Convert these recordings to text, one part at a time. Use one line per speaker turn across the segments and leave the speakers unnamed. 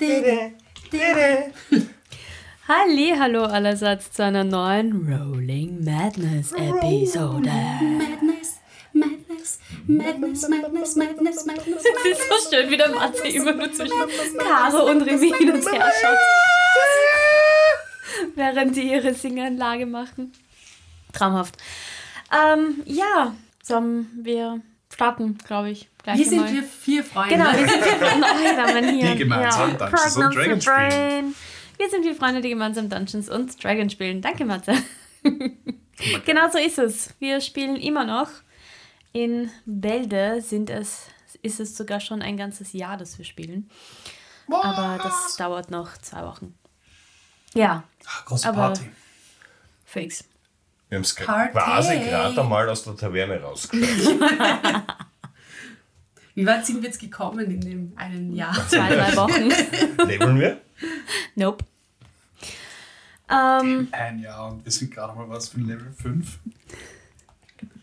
Dede, dede.
Halli, hallo allerseits zu einer neuen Rolling Madness Episode.
Madness, Madness, Madness, Madness, Madness, Madness.
Es ist so schön, wie der Matze immer nur zwischen Caro und Remi hin und her schaut, während die ihre Singanlage machen. Traumhaft. Ähm, ja, sollen wir starten, glaube ich. Gleich
Hier sind
einmal.
wir vier Freunde.
Genau, wir sind vier Freunde. Oh, ja, mein Hirn.
Die gemeinsam
Ja.
Dungeons und Dragons
Pregnancy
spielen.
Brain. Wir sind vier Freunde, die gemeinsam Dungeons und Dragons spielen. Danke, Matze. genau so ist es. Wir spielen immer noch. In Bälde sind es, ist es sogar schon ein ganzes Jahr, das wir spielen. Aber das dauert noch zwei Wochen. Ja,
Ah, große
Aber-
Party.
fix.
Wir haben es quasi
Party.
gerade einmal aus der Taverne rausgeschafft.
Wie weit sind wir jetzt gekommen in dem einen Jahr?
Zwei, drei Wochen.
Labeln wir?
Nope. Ähm,
Ein Jahr und wir sind gerade mal was für ein Level 5.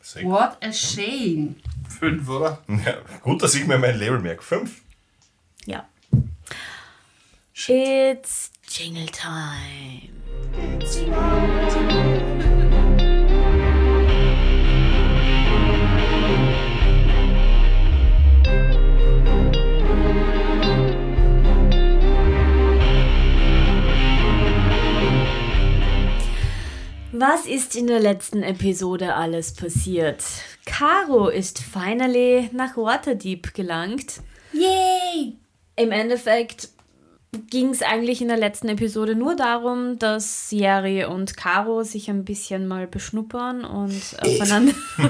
Sehr gut.
What a shame.
5, oder?
Ja, gut, dass ich mir mein Label merke. Fünf.
ja. It's Jingle Time. Was ist in der letzten Episode alles passiert? Caro ist finally nach Waterdeep gelangt.
Yay!
Im Endeffekt ging es eigentlich in der letzten Episode nur darum, dass Jerry und Caro sich ein bisschen mal beschnuppern und aufeinander.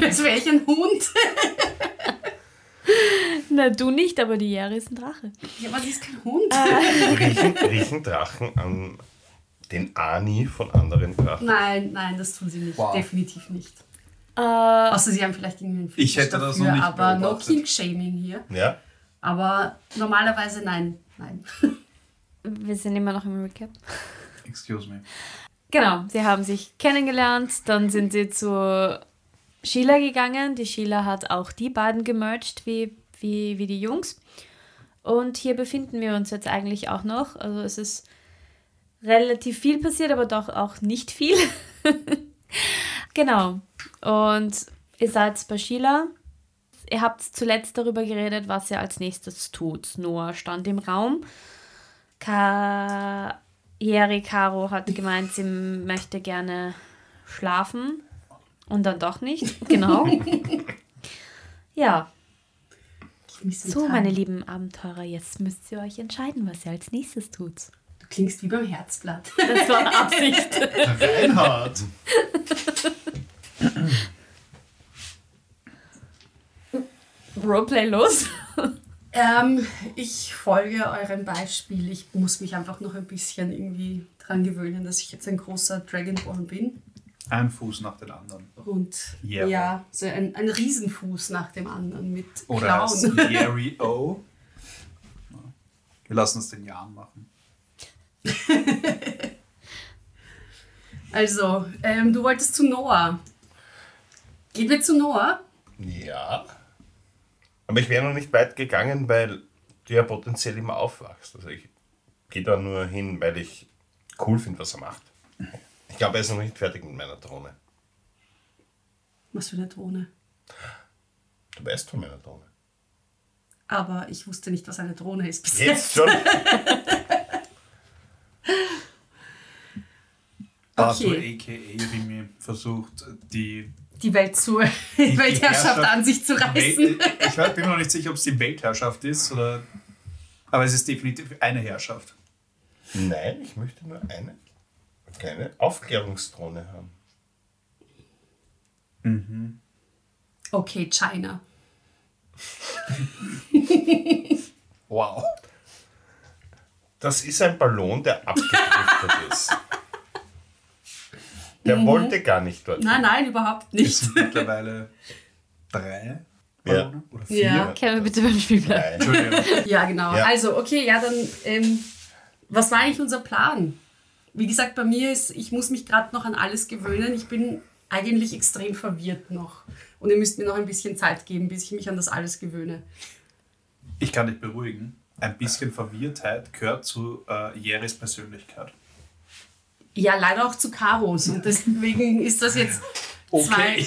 Das wäre ich ein Hund.
Na, du nicht, aber die Jerry ist ein Drache.
Ja, aber das ist kein Hund.
Ah.
Riechen, riechen Drachen an den Ani von anderen Drachen.
Nein, nein, das tun sie nicht.
Wow.
Definitiv nicht.
Äh,
Außer sie haben vielleicht irgendwie einen
Ich hätte
Fetisch
das noch nicht
Aber no
beobachtet.
King-Shaming hier.
Ja?
Aber normalerweise nein. Nein.
wir sind immer noch im Recap.
Excuse me.
Genau, sie haben sich kennengelernt, dann sind sie zu Sheila gegangen. Die Sheila hat auch die beiden gemerged, wie, wie, wie die Jungs. Und hier befinden wir uns jetzt eigentlich auch noch. Also es ist relativ viel passiert, aber doch auch nicht viel. genau. Und ihr seid bei Sheila. Ihr habt zuletzt darüber geredet, was ihr als nächstes tut. Noah stand im Raum. Ka Jeri Caro hat gemeint, sie möchte gerne schlafen. Und dann doch nicht. Genau. ja.
Gib mich
So,
Tag.
meine lieben Abenteurer, jetzt müsst ihr euch entscheiden, was ihr als nächstes tut.
Du klingst wie beim Herzblatt.
Das war Absicht.
Reinhard!
Roleplay los.
Ähm, ich folge eurem Beispiel. Ich muss mich einfach noch ein bisschen irgendwie dran gewöhnen, dass ich jetzt ein großer Dragonborn bin.
Ein Fuß nach dem anderen.
Und
Yeah.
ja, so ein, ein Riesenfuß nach dem anderen mit
Oder heißt
Klauen.
Jerry O. Ja. Wir lassen es den Jahren machen.
Also, ähm, du wolltest zu Noah. Gehen wir zu Noah?
Ja. Aber ich wäre noch nicht weit gegangen, weil du ja potenziell immer aufwachst. Also ich gehe da nur hin, weil ich cool finde, was er macht. Ich glaube, er ist noch nicht fertig mit meiner Drohne.
Was für eine Drohne.
Du weißt von meiner Drohne.
Aber ich wusste nicht, was eine Drohne ist bis jetzt.
Jetzt schon.
Dazu
Okay.
a.k.a. Rimi versucht, die
Die Welt zur
die
Weltherrschaft
Herrschaft-
an sich zu reißen.
Welt, ich weiß, bin mir noch nicht sicher, ob es die Weltherrschaft ist oder. Aber es ist definitiv eine Herrschaft.
Nein, ich möchte nur eine kleine Aufklärungsdrohne haben.
Okay, China.
Wow.
Das ist ein Ballon, der abgedriftet ist. Der wollte gar nicht dort.
Mhm. Nein, nein, überhaupt
Es
nicht.
sind mittlerweile drei
Ja.
Ballone oder vier.
Ja.
Können wir bitte beim Spiel bleiben?
Nein.
Entschuldigung.
Ja, genau.
Ja.
Also, okay, ja, dann, ähm, was war eigentlich unser Plan? Wie gesagt, bei mir ist, ich muss mich gerade noch an alles gewöhnen. Ich bin eigentlich extrem verwirrt noch. Und ihr müsst mir noch ein bisschen Zeit geben, bis ich mich an das alles gewöhne.
Ich kann dich beruhigen. ein bisschen Verwirrtheit gehört zu äh, Jeris Persönlichkeit.
Ja, leider auch zu Karos. Und deswegen ist das jetzt zwei.
Okay.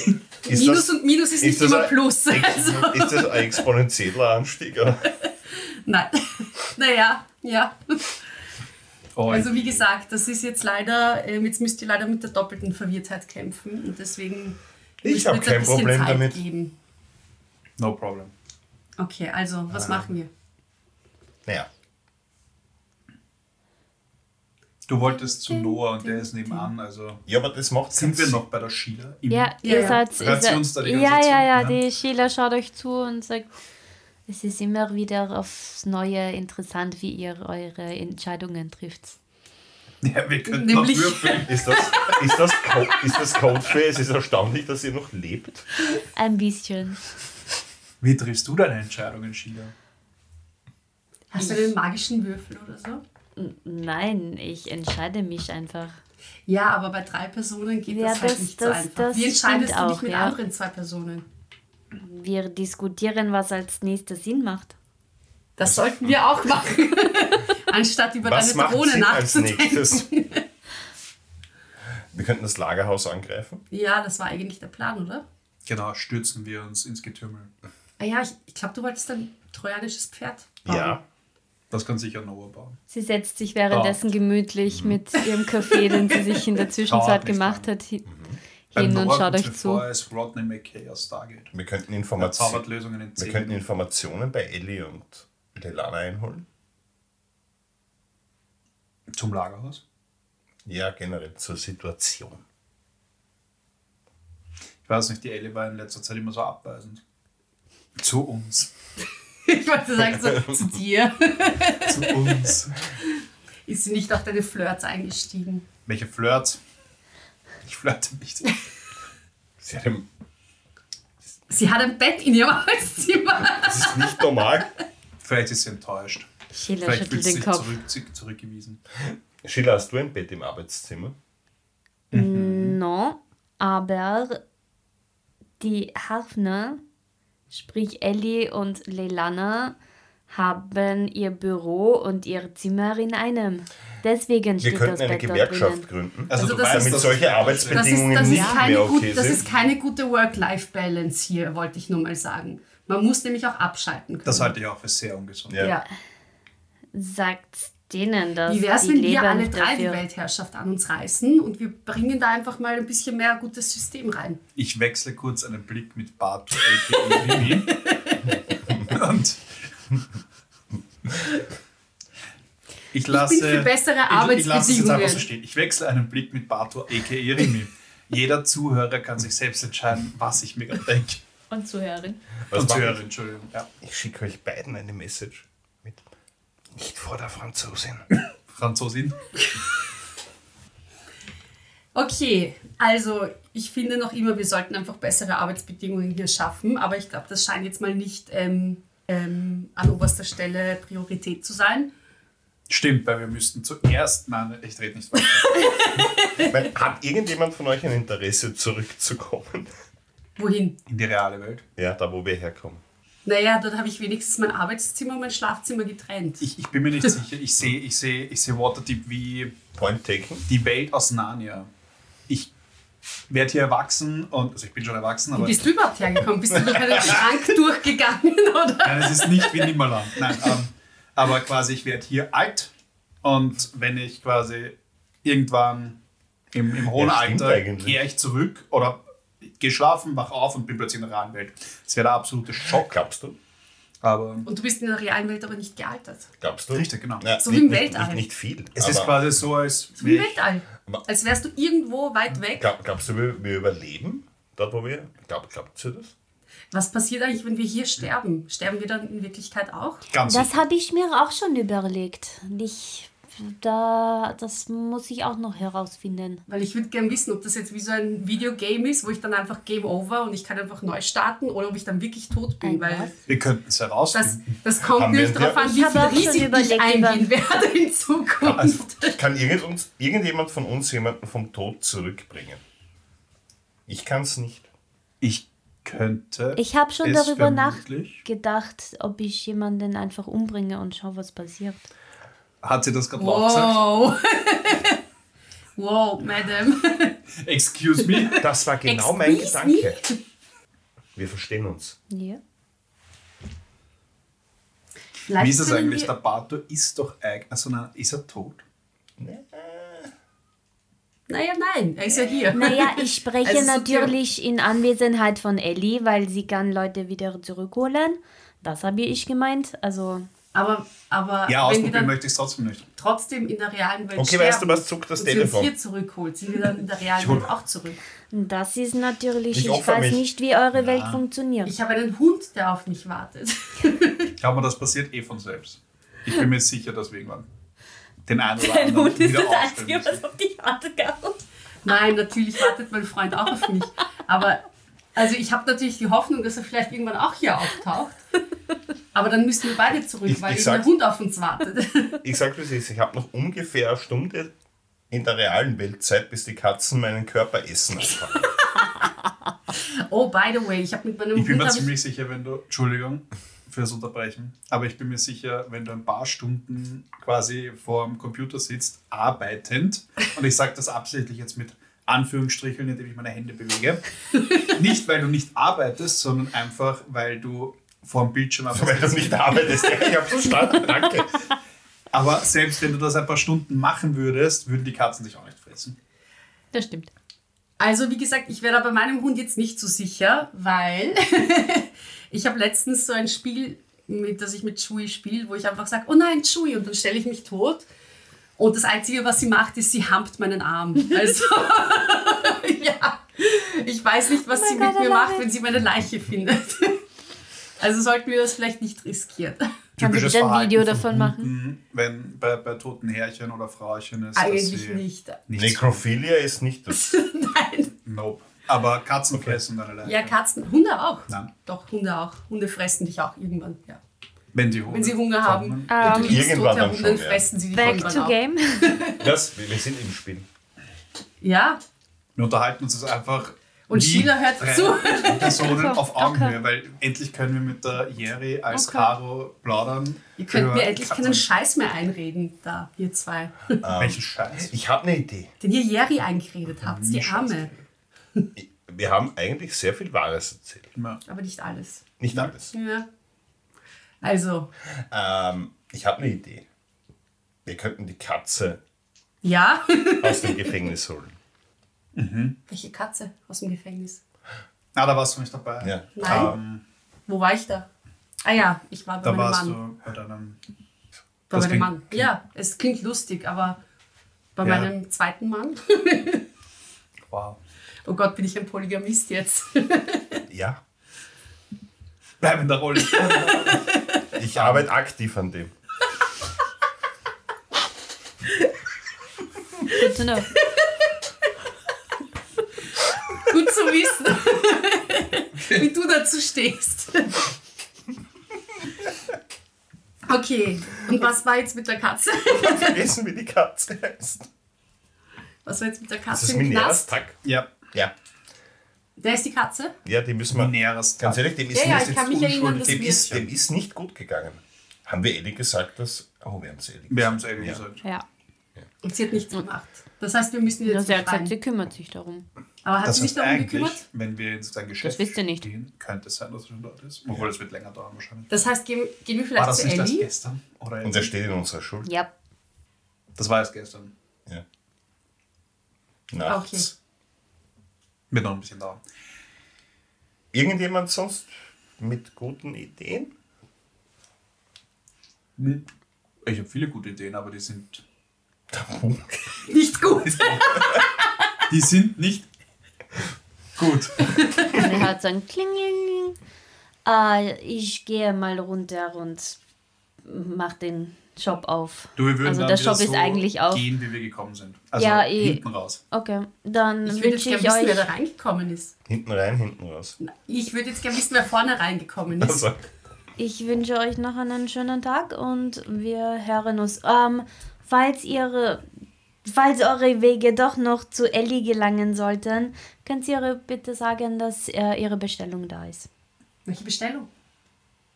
Ist
Minus
das-
und Minus ist, nicht
das
immer
ein-
Plus.
Ex
Also,
Ist das ein exponentieller Anstieg? Oder?
nein. Naja, ja.
Oh,
Also
ich-
wie gesagt, das ist jetzt leider, ähm, jetzt müsst ihr leider mit der doppelten Verwirrtheit kämpfen. Und deswegen
Ich
müsst ihr
hab
jetzt ein
kein
bisschen
Problem
Zeit
damit.
Geben.
No problem.
Okay, also was
Ah.
machen wir?
Naja,
Du wolltest zu Noah und der ist nebenan, also
ja, aber das macht
sind wir
keinen
noch bei der Sheila. Im-
Ja,
Ja,
ihr
ja.
seid. ihr
Hört sie
seid-
uns da die ganze
ja,
Zeit
ja,
zu,
ja,
ja?
die Sheila schaut euch zu und sagt, es ist immer wieder aufs Neue interessant, wie ihr eure Entscheidungen trifft.
ja wir könnten
Nämlich-
noch würfeln.
Sinn. Ist das, ist, das Co- ist das Code für es ist erstaunlich, dass ihr noch lebt?
Ein bisschen.
Wie triffst du deine Entscheidungen, Sheila?
Hast du einen magischen Würfel oder so?
N- Nein, ich entscheide mich einfach.
Ja, aber bei drei Personen geht
Ja,
das halt
das-
nicht
das-
so einfach.
das
Wie entscheidest
stimmt
du dich
auch,
mit
ja.
anderen zwei Personen?
Wir diskutieren, was als nächstes Sinn macht.
Das sollten wir auch machen. Anstatt über
Was
deine
macht
Drohne
Sinn als
nachzudenken.
nächstes? Wir könnten das Lagerhaus angreifen.
Ja, das war eigentlich der Plan, oder?
Genau, stürzen wir uns ins Getümmel.
Ah ja, ich, ich glaube, du wolltest ein trojanisches Pferd. bauen.
Ja.
Das kann sicher Noah bauen.
Sie setzt sich währenddessen gemütlich mit ihrem Kaffee, den sie sich in der Zwischenzeit
Dauert Mhm. nicht Mhm.
gemacht
lang.
hat, hin
Bei
hin und
Noah,
schaut
kurz
euch zu.
bevor es Rodney McKay aus Stargate.
Wir könnten,
Er
Information-
zaubert Lösungen in
wir
10
könnten
Minuten.
Informationen bei Ellie und Delana einholen.
Zum Lagerhaus.
Ja, generell zur Situation.
Ich weiß nicht, die Ellie war in letzter Zeit immer so abweisend. Zu uns.
Ich wollte sagen, so, zu dir
Zu uns.
ist sie nicht auf deine Flirts eingestiegen.
Welche Flirt? Ich flirte nicht.
Sie hat ein-
Sie hat ein Bett in ihrem Arbeitszimmer.
Das ist nicht normal.
Vielleicht ist sie enttäuscht.
Sheila
Vielleicht fühlt
schüttelt
sie
den
sich
Kopf.
zurück, zurück- zurückgewiesen.
Sheila, hast du ein Bett im Arbeitszimmer?
Mhm.
No, aber die Hafner, sprich Ellie und Leilana, haben ihr Büro und ihr Zimmer in einem. Deswegen
Wir
steht das
könnten eine
Bett
Gewerkschaft
dort drinnen.
gründen,
Also
du
das
weißt,
ist-
damit
dass-
solche
Das ist,
Arbeitsbedingungen
das, ist
nicht
keine
mehr
gut,
okay
das
sind.
ist keine gute Work-Life-Balance hier, wollte ich nur mal sagen. Man muss nämlich auch abschalten können.
Das halte ich auch für sehr ungesund.
Ja.
ja.
Sagt denen das.
Wie wäre es,
die
wenn wir
leben
alle drei die
dafür.
Weltherrschaft an uns reißen und wir bringen da einfach mal ein bisschen mehr gutes System rein?
Ich wechsle kurz einen Blick mit Bart zu aka Mimi. Und ich lasse,
für bessere
ich, ich lasse es jetzt einfach so
Arbeitsbedingungen.
stehen. Ich wechsle einen Blick mit Bato a.k.a. Rimi. Jeder Zuhörer kann sich selbst entscheiden, was ich mir gerade denke.
Und Zuhörerin.
Was
Und
mache
Zuhörerin,
ich?
Entschuldigung. Ja.
Ich schicke euch beiden eine Message mit. Nicht vor der Französin.
Franzosin.
Okay, also ich finde noch immer, wir sollten einfach bessere Arbeitsbedingungen hier schaffen, aber ich glaube, das scheint jetzt mal nicht ähm, ähm, an oberster Stelle Priorität zu sein.
Stimmt, weil wir müssten zuerst... Nein, ich rede nicht weiter.
Ich meine, Hat irgendjemand von euch ein Interesse, zurückzukommen?
Wohin?
In die reale Welt.
Ja, da wo wir herkommen.
Naja, dort habe ich wenigstens mein Arbeitszimmer und mein Schlafzimmer getrennt.
Ich, ich bin mir nicht sicher. Ich sehe ich sehe, ich sehe Waterdeep wie...
Point taken.
die Welt aus Narnia. Ich werde hier erwachsen und also ich bin schon erwachsen,
Wie
aber
bist du überhaupt hergekommen? Bist du durch einen Schrank durchgegangen, oder?
nein, es ist nicht wie Nimmerland. Nein, ähm, aber quasi ich werde hier alt und wenn ich quasi irgendwann im, im hohen
Ja, stimmt
Alter
eigentlich.
kehre ich zurück oder geschlafen, wach auf und bin plötzlich in der realen Welt. Das wäre der absolute Schock.
Oh, Glaubst du?
Aber
Und du bist in der realen Welt aber nicht gealtert.
Glaubst du?
Richtig, genau.
Na,
So
nicht,
wie im
nicht-
Weltall.
Nicht, nicht viel.
es ist
aber
quasi so, als
Im
wär ich,
Weltall.
aber-
Als wärst du irgendwo weit weg.
glaub, glaubst du, wir, wir überleben dort, wo wir. Glaub, glaubst du das?
Was passiert eigentlich, wenn wir hier sterben? Sterben wir dann in Wirklichkeit auch?
ganz
Das habe ich mir auch schon überlegt. Ich, da, das muss ich auch noch herausfinden.
Weil ich würde gerne wissen, ob das jetzt wie so ein Videogame ist, wo ich dann einfach Game Over und ich kann einfach neu starten oder ob ich dann wirklich tot bin,
Ein
weil
Gott.
wir könnten es
das,
herausfinden.
das kommt
Haben wir-
nicht darauf an,
Ich
wie
habe
viel
auch schon
Risiken ich
überlegt,
eingehen werde in Zukunft.
Also,
Also,
Kann irgend uns, irgendjemand von uns jemanden vom Tod zurückbringen? Ich kann es nicht.
Ich könnte.
Ich habe schon
es
darüber
vermutlich-
nachgedacht, ob ich jemanden einfach umbringe und schaue, was passiert.
Hat sie das gerade laut gesagt?
Wow. wow, Madam.
Excuse me?
Das war genau mein
Excuse me?
Gedanke. Wir verstehen uns.
Ja.
Vielleicht
Wie ist es
können
eigentlich?
wir-
Der Bato ist doch eigentlich. Also, nein, ist er tot?
Naja, nein, er ist ja hier.
Naja, Ah ich spreche
Also so
natürlich in Anwesenheit von Ellie, weil sie kann Leute wieder zurückholen. Das habe ich gemeint. Also,
Aber, aber wenn
Ja,
wir
ausprobieren
dann
möchte ich es trotzdem nicht.
trotzdem in der realen Welt
Okay,
sterben
weißt du was? Zuck das
und sie
Telefon.
uns hier zurückholt, sind wir dann in der realen
hol-
Welt auch zurück.
das ist natürlich,
Ich
ich,
opfer
weiß
mich.
nicht, wie eure Welt funktioniert.
Ich habe einen Hund, der auf mich wartet.
Ich glaube, das passiert eh von selbst. Ich bin mir sicher, dass wir irgendwann den einen oder
Dein
anderen
Hund ist
wieder
das
aufstellen
Einzige,
müssen.
was auf dich wartet. Garo.
Nein, natürlich wartet mein Freund auch auf mich. Aber also ich habe natürlich die Hoffnung, dass er vielleicht irgendwann auch hier auftaucht. Aber dann müssen wir beide zurück,
Ich-
weil
ich
eben
sag-
der Hund auf uns wartet.
Ich sag, wie es ist. Ich habe noch ungefähr eine Stunde in der realen Welt Zeit, bis die Katzen meinen Körper essen. Also, anfangen.
Oh, by the way, ich habe mit meinem
Ich bin
Hund
mir
hab ich-
ziemlich sicher, wenn du, Entschuldigung fürs Unterbrechen, aber ich bin mir sicher, wenn du ein paar Stunden quasi vor dem Computer sitzt, arbeitend, und ich sage das absichtlich jetzt mit Anführungsstricheln, indem ich meine Hände bewege, nicht weil du nicht arbeitest, sondern einfach weil du vor dem Bildschirm
Weil du
arbeitest.
nicht arbeitest. Ja, Ich habe verstanden. Danke.
Aber selbst wenn du das ein paar Stunden machen würdest, würden die Katzen dich auch nicht fressen.
Das stimmt.
Also wie gesagt, ich wäre da bei meinem Hund jetzt nicht so sicher, weil ich habe letztens so ein Spiel, mit, das ich mit Chewie spiele, wo ich einfach sage, oh nein, Chewie, und dann stelle ich mich tot. Und das Einzige, was sie macht, ist, sie hampt meinen Arm. Also, ja, ich weiß nicht, was
Oh
sie
mein
mit
Gott, I
mir
love
macht,
it.
wenn sie meine Leiche findet. Also sollten wir das vielleicht nicht riskieren.
Kannst du
Typisches
bitte ein
Verhalten
Video
von
davon machen?
Hunden, Wenn bei, bei toten Herrchen oder Frauchen ist, dass
Eigentlich
sie
nicht.
nichts
Nekrophilia ist nicht das.
Nein.
Nope. Aber Katzen fressen dann alleine.
Ja, Katzen, Hunde auch.
Nein.
Doch, Hunde auch. Hunde fressen dich auch irgendwann. Ja.
Wenn sie Hunger,
Wenn sie Hunger haben
Ähm,
und du liegst tot
Irgendwann dann
herum, dann
schon, ja.
fressen sie dich
Back
irgendwann
to
auf.
game.
das. Wir sind im Spiel.
Ja,
Wir unterhalten uns jetzt einfach.
Und
wie
Sheila hört
drei
zu.
Personen
Locker,
auf Augenhöhe, weil endlich können wir mit der Jerry als
Okay.
Caro plaudern.
ihr könnt
über
mir endlich keinen
Katzen.
Scheiß mehr einreden, da, ihr zwei.
Welchen Scheiß?
Ich habe eine Idee.
Den ihr Jerry eingeredet habt, die
Scheiß.
Arme.
Wir haben eigentlich sehr viel Wahres erzählt.
Ja.
Aber nicht alles.
Nicht alles.
Ja. Also,
Ähm, ich habe eine Idee. Wir könnten die Katze
ja.
aus dem Gefängnis holen.
Welche Katze aus dem Gefängnis?
Ah, da warst du nicht dabei.
Ja.
Nein.
Ähm,
Wo war ich da? Ah ja, ich war bei
da
meinem
warst
Mann.
du bei deinem.
Bei
das
meinem
klingt-
Mann. Ja, es klingt lustig, aber bei
Ja.
meinem zweiten Mann.
Wow.
Oh Gott, bin ich ein Polygamist jetzt.
Ähm, Ja.
Bleib in der Rolle.
Ich arbeite aktiv an dem.
Good to know.
Gut zu wissen, wie du dazu stehst. Okay, und was war jetzt mit der Katze?
Wissen, wie die Katze heißt.
Was war jetzt mit der
Das
Katze
ist
im
Mineras
Knast?
Tack.
ja.
Ja.
Der ist die Katze?
Ja, die müssen wir.
Näheres
Ganz ehrlich, dem ist,
Ja, ja,
nicht,
ich kann
jetzt
mich erinnern, dass
dem,
wir...
ist, dem ist nicht gut gegangen. Haben wir Ellie gesagt, dass. Oh, wir haben es Ellie
Wir haben es ehrlich
Ja.
gesagt.
Ja.
Und sie hat nichts gemacht. Das heißt, wir müssen jetzt
Also er hat gesagt,
befreien.
sie kümmert sich darum.
Aber hat
Das
sie sich
heißt
darum
eigentlich,
gekümmert?
wenn wir jetzt ein Geschäft
wisst ihr nicht.
stehen, könnte es sein, dass er schon dort ist. Obwohl, es wird länger dauern wahrscheinlich.
Das heißt, gehen, gehen wir
War
vielleicht
das
zu
nicht erst
Ellie?
gestern? Oder
Und er steht in unserer Schuld.
Ja.
das war erst gestern.
Ja. Nachts.
Wird noch ein bisschen dauern.
Irgendjemand sonst mit guten Ideen?
Hm. Ich habe viele gute Ideen, aber die sind.
Nicht gut.
Die sind nicht gut.
Und er hat so ein Klingeling. Äh, ich gehe mal runter und mach den Shop auf.
Du, wir würden
also
dann
der
wieder
Shop ist
so
eigentlich auf.
gehen, wie wir gekommen sind. Also
Ja, eh.
hinten raus.
Okay, dann
Ich würde jetzt
wünsche
gerne
ich
wissen, wer da
euch.
reingekommen ist.
Hinten rein, hinten raus.
Ich würde jetzt gerne wissen, wer vorne reingekommen ist.
Also,
Ich wünsche euch noch einen schönen Tag und wir hören uns. Ähm, falls ihr Falls eure Wege doch noch zu Ellie gelangen sollten, könnt ihr ihr bitte sagen, dass äh, ihre Bestellung da ist.
Welche Bestellung?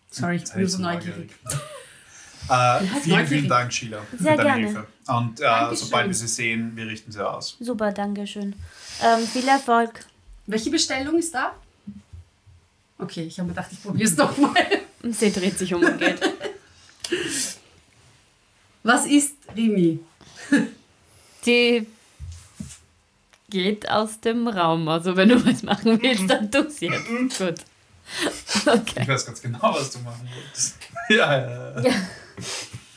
Sorry, ich bin
Jetzt
so
bin ich
neugierig.
Äh,
halt
vielen,
neugierig.
vielen Dank, Sheila,
Sehr
für deine
gerne.
Hilfe. Und äh,
Dankeschön.
sobald wir sie sehen, wir richten sie aus.
Super, Dankeschön. Ähm, viel Erfolg.
Welche Bestellung ist da? Okay, ich habe mir gedacht, ich probiere es doch mal.
Und sie dreht sich um und geht.
Was ist Rimi?
Die geht aus dem Raum. Also wenn du was machen willst, dann tu es jetzt. Gut. Okay.
Ich weiß ganz genau, was du machen wolltest. ja, ja, ja.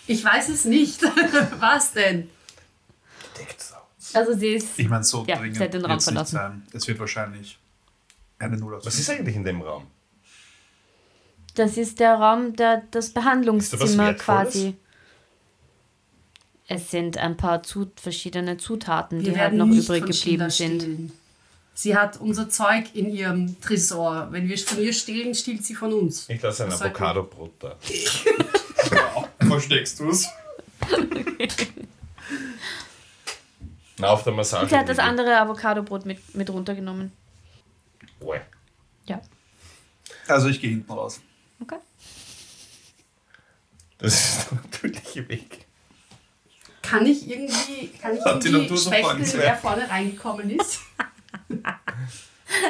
Ich weiß es nicht. Was denn?
Deckt es aus.
Also sie ist.
Ich meine, so
Ja,
dringend
sie hat den Raum
wird's nicht
verlassen.
sein. Es wird wahrscheinlich eine Null aus.
Was ist eigentlich in dem Raum?
Das ist der Raum, der, das
Ist da
Behandlungszimmer
was Wertvolles?
quasi. Es sind ein paar zu, verschiedene Zutaten,
Wir
die halt
werden
noch
nicht
übrig
von Sheila
geblieben sind.
stehlen. Sie hat unser Zeug in ihrem Tresor. Wenn wir von ihr stehlen, stiehlt sie von uns.
Ich lasse ein
Das sollte-
Avocado-Brot da.
Versteckst du es?
Na, auf der Massage.
Sie hat das andere Avocadobrot mit, mit runtergenommen.
Ue.
Ja.
Also ich gehe hinten raus.
Okay.
Das ist der natürliche Weg.
Kann ich irgendwie, kann ich
Hat die
irgendwie
Natur so
spechteln,
vorgesehen.
wer vorne reingekommen ist?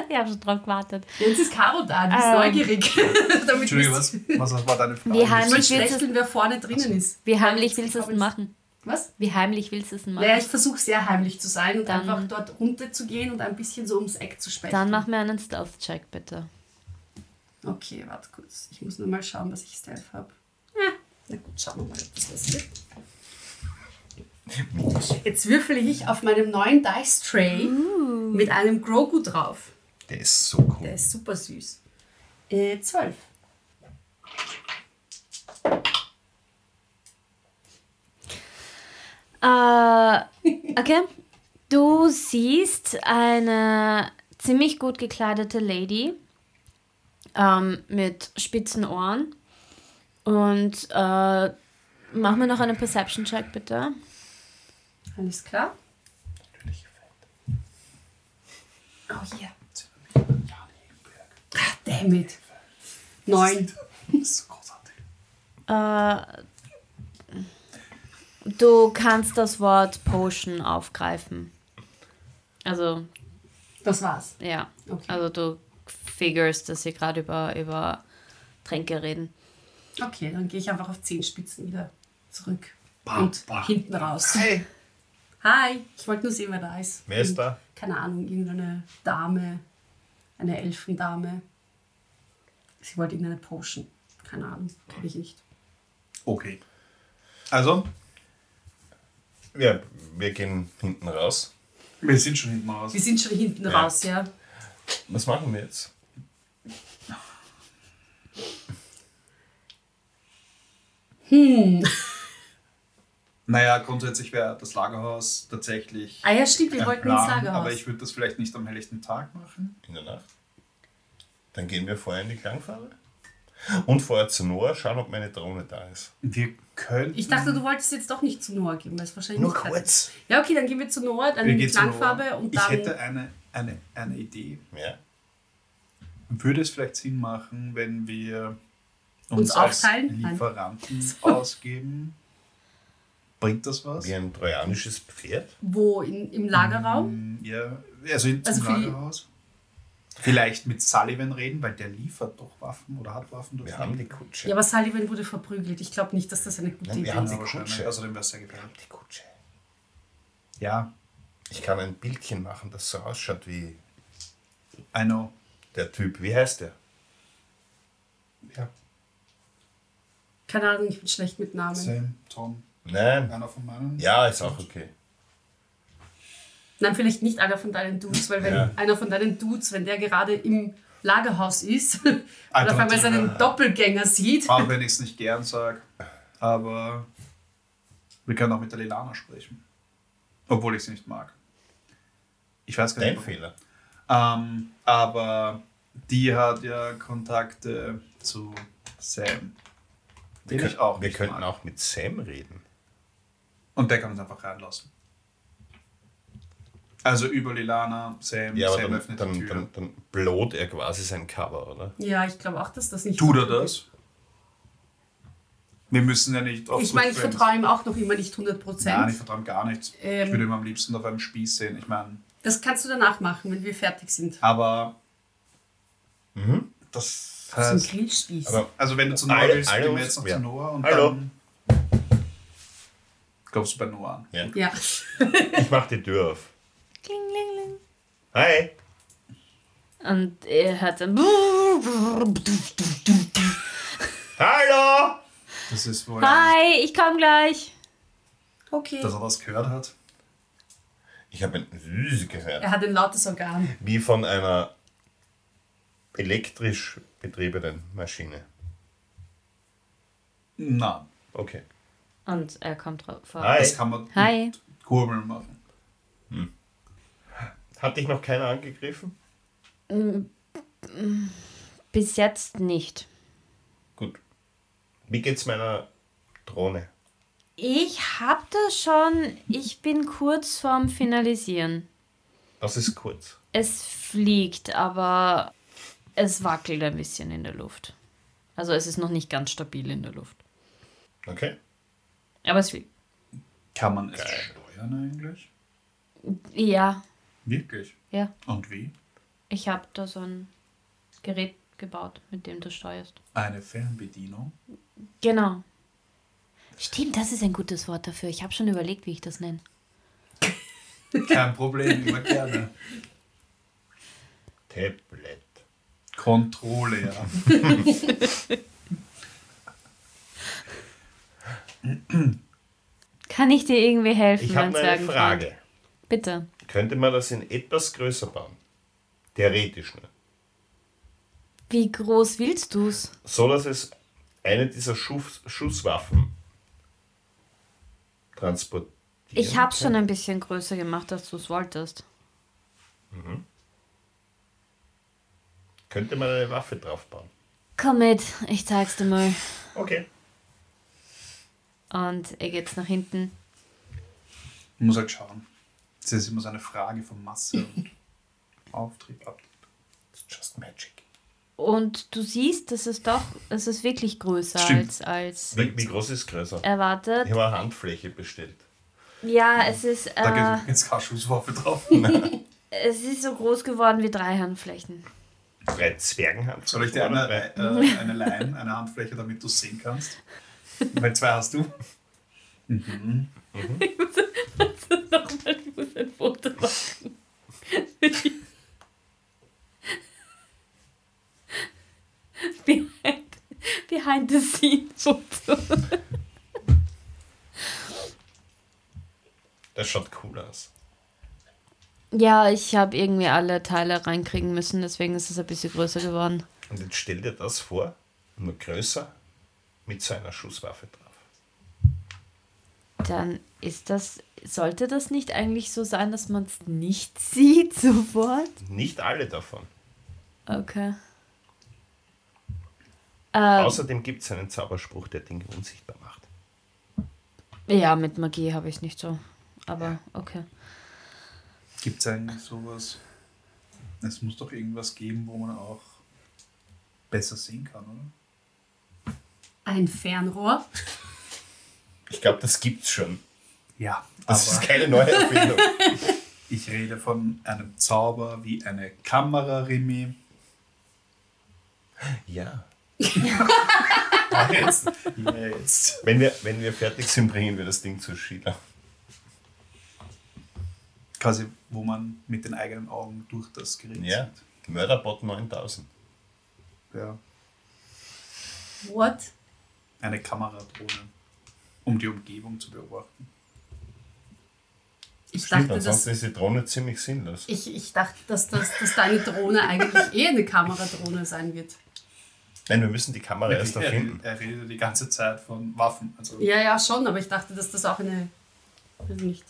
Ich habe schon drauf gewartet.
Jetzt ist Caro da, die ist
Ähm.
neugierig. Damit
Entschuldigung,
wisst
was, was war deine Frage?
Wir haben-
ihr- Ich will
Ich will's-
spechteln, wer vorne drinnen ist.
Wie heimlich willst du es denn machen?
Was?
Wie heimlich willst du es denn machen?
Naja, ich versuche sehr heimlich zu sein und
Dann-
einfach dort runterzugehen und ein bisschen so ums Eck zu sprechen.
Dann mach mir einen Stealth-Check, bitte.
Okay, warte kurz. Ich muss nur mal schauen, dass ich Stealth habe. Ja, na gut, schauen wir mal, was passiert. Jetzt würfel ich auf meinem neuen Dice Tray
Uh.
mit einem Grogu drauf.
Der ist so cool.
Der ist super süß. Äh, 12.
Äh, okay. Du siehst eine ziemlich gut gekleidete Lady ähm, mit spitzen Ohren. Und äh, mach mir noch einen Perception-Check, bitte.
Alles klar? Oh yeah. Ah, damn it. 9.
Das ist so großartig.
Äh, du kannst das Wort Potion aufgreifen. Also,
Das war's.
ja.
Okay.
Also du figurst, dass wir gerade über, über Tränke reden.
Okay, dann gehe ich einfach auf 10 Spitzen wieder zurück.
Bam,
und
bam.
hinten raus.
Hey.
Hi, ich wollte nur sehen, wer da ist.
Wer ist da?
Keine Ahnung, irgendeine Dame, eine Elfendame. Sie wollte irgendeine Potion. Keine Ahnung, kenn ich nicht.
Okay. Also,
Ja, wir gehen hinten raus.
wir sind schon hinten raus.
Wir sind schon hinten
Ja.
raus, ja.
Was machen wir jetzt?
Naja, grundsätzlich wäre das Lagerhaus tatsächlich
Ah ja, stimmt, wir
ein
wollten ins
Plan,
Lagerhaus.
aber ich würde das vielleicht nicht am helllichten Tag machen.
In der Nacht? Dann gehen wir vorher in die Klangfarbe. Und vorher zu Noah schauen, ob meine Drohne da ist.
Wir könnten...
Ich dachte, du wolltest jetzt doch nicht zu Noah gehen, weil es wahrscheinlich
Nur
nicht fertig
kurz.
ist. Ja, okay, dann gehen wir zu Noah, dann
Wir
in die
gehen zu
Klangfarbe
Noah.
und
Ich
dann.
hätte eine, eine, eine Idee.
Ja.
Würde es vielleicht Sinn machen, wenn wir
Uns
uns, als
aufteilen? Nein.
Lieferanten ausgeben? Bringt das was?
Wie ein trojanisches Pferd.
Wo? In, Im Lagerraum?
Hm. Ja, also in
Also
zum
für die-
Lagerhaus. Vielleicht mit Sullivan reden, weil der liefert doch Waffen oder hat Waffen. durch
Wir haben die Kutsche.
Ja, aber Sullivan wurde verprügelt. Ich glaube nicht, dass das eine gute
Nein, wir
Idee
haben
ist.
die
Kutsche.
Kutsche.
Außerdem wäre es Also sehr gefährlich.
die Kutsche.
Ja,
Ich kann ein Bildchen machen, das so ausschaut wie
I know.
der Typ. Wie heißt der?
Ja,
Keine Ahnung, ich bin schlecht mit Namen.
Sam, Tom,
Nein.
einer von meinen.
Ja, ist auch okay.
Nein, vielleicht nicht einer von deinen Dudes, weil wenn
Ja.
einer von deinen Dudes, wenn der gerade im Lagerhaus ist und auf einmal seinen Doppelgänger sieht.
Auch wenn ich es nicht gern sage. Aber wir können auch mit der Lilana sprechen. Obwohl ich sie nicht mag. Ich weiß gar
Dein
nicht.
Fehler.
Ähm, aber die hat ja Kontakte zu Sam. Den
Wir
ich auch
wir
nicht
könnten
mag.
auch mit Sam reden.
Und der kann uns einfach reinlassen. Also über Lilana, Sam,
Ja, aber
Sam
dann,
öffnet die
dann,
Tür.
dann, dann blot er quasi sein Cover, oder?
Ja, ich glaube auch, dass das nicht
Tut
so
er
gut
das? Wir müssen ja nicht auf
Ich
Good
meine, ich
Friends-
vertraue ihm auch noch immer nicht 100
Nein, ich
Prozent.
vertraue ihm gar nichts.
Ähm.
ich würde ihn am liebsten auf einem Spieß sehen. Ich meine,
Das kannst du danach machen, wenn wir fertig sind.
aber
Mhm.
das
Zum
heißt,
Grillspieß.
Aber-
also wenn du zu Noah
Alle-
willst,
alle
gehen wir
uns-
jetzt noch
ja.
zu Noah und
Hallo.
dann kommst du bei Noah an.
Ja.
ja.
Ich mach die Tür auf.
Kling, ling, ling.
Hi!
Und er hat dann.
Hallo!
Das ist wohl,
Hi, ich komm gleich.
Okay.
dass er was gehört hat.
Ich habe ein Süß gehört.
Er hat ein lautes Organ.
Wie von einer elektrisch betriebenen Maschine.
Na,
Okay.
Und er kommt drauf vor.
Hi.
das kann man mit
Hi.
Kurbeln machen.
Hat dich noch keiner angegriffen?
Bis jetzt nicht.
Gut. Wie geht's meiner Drohne?
Ich hab das schon. Ich bin kurz vorm Finalisieren.
Das ist kurz.
Es fliegt, aber es wackelt ein bisschen in der Luft. Also es ist noch nicht ganz stabil in der Luft.
Okay.
Aber es fliegt.
Kann man es
Geil.
steuern eigentlich?
Ja,
Wirklich?
ja.
Und wie?
Ich hab da so ein Gerät gebaut, mit dem du steuerst.
Eine Fernbedienung?
Genau. Stimmt, das ist ein gutes Wort dafür. Ich habe schon überlegt, wie ich das nenne.
Kein Problem, immer gerne.
Tablet.
Kontrolle, ja.
Kann ich dir irgendwie helfen,
Ich habe
mein
eine
Zwergenfreund?
Frage.
Bitte.
Könnte man das in etwas größer bauen? Theoretisch nur.
Wie groß willst du's?
So, dass es eine dieser Schuss, Schusswaffen transportiert.
Ich habe schon ein bisschen größer gemacht, als du es wolltest.
Könnte man eine Waffe drauf bauen?
Komm mit, ich zeig's dir mal.
Okay.
Und er geht's nach hinten.
Man muss halt schauen. Das ist immer so eine Frage von Masse und Auftrieb, Abtrieb.
It's just magic.
Und du siehst, das ist doch, es ist wirklich größer
Stimmt.
als, als
Wie, wie groß ist größer? Ich
erwartet.
habe eine Handfläche bestellt.
Ja, es ist,
Da
äh,
geht jetzt keine Schusswaffe drauf.
es ist so groß geworden wie drei Handflächen.
Drei Zwergenhandflächen.
Soll ich dir eine, äh, eine Line, eine Handfläche, damit du es sehen kannst? Weil zwei hast du.
Nochmal, ich muss ein Foto machen. behind, behind the scene Foto.
Das schaut cool aus.
Ja, ich habe irgendwie alle Teile reinkriegen müssen, deswegen ist es ein bisschen größer geworden.
Und jetzt stell dir das vor, nur größer, mit so einer Schusswaffe drauf.
Dann ist das, sollte das nicht eigentlich so sein, dass man es nicht sieht sofort?
Nicht alle davon.
Okay. Äh,
Außerdem gibt es einen Zauberspruch, der Dinge unsichtbar macht.
ja, mit Magie habe ich nicht so. Aber okay.
Gibt es eigentlich sowas? Es muss doch irgendwas geben, wo man auch besser sehen kann, oder?
Ein Fernrohr.
Ich glaube, das gibt's schon.
Ja,
Das
aber
ist keine neue Erfindung.
ich rede von einem Zauber wie eine Kamera, Remy.
ja.
Jetzt. Jetzt.
Wenn wir, wenn wir fertig sind, bringen wir das Ding zu Sheila.
Quasi, wo man mit den eigenen Augen durch das Gerät
Ja.
sieht.
Mörderbot 9000.
Ja.
What?
Eine Kameradrohne, um die Umgebung zu beobachten.
Ich
Stimmt,
dachte,
ansonsten
dass,
ist die Drohne ziemlich sinnlos.
ich, ich dachte, dass, dass, dass deine Drohne eigentlich eh eine Kameradrohne sein wird.
Nein, wir müssen die Kamera erst
er,
erfinden.
er redet die ganze Zeit von Waffen. Also
Ja, ja, schon, aber ich dachte, dass das auch eine. Weiß nicht.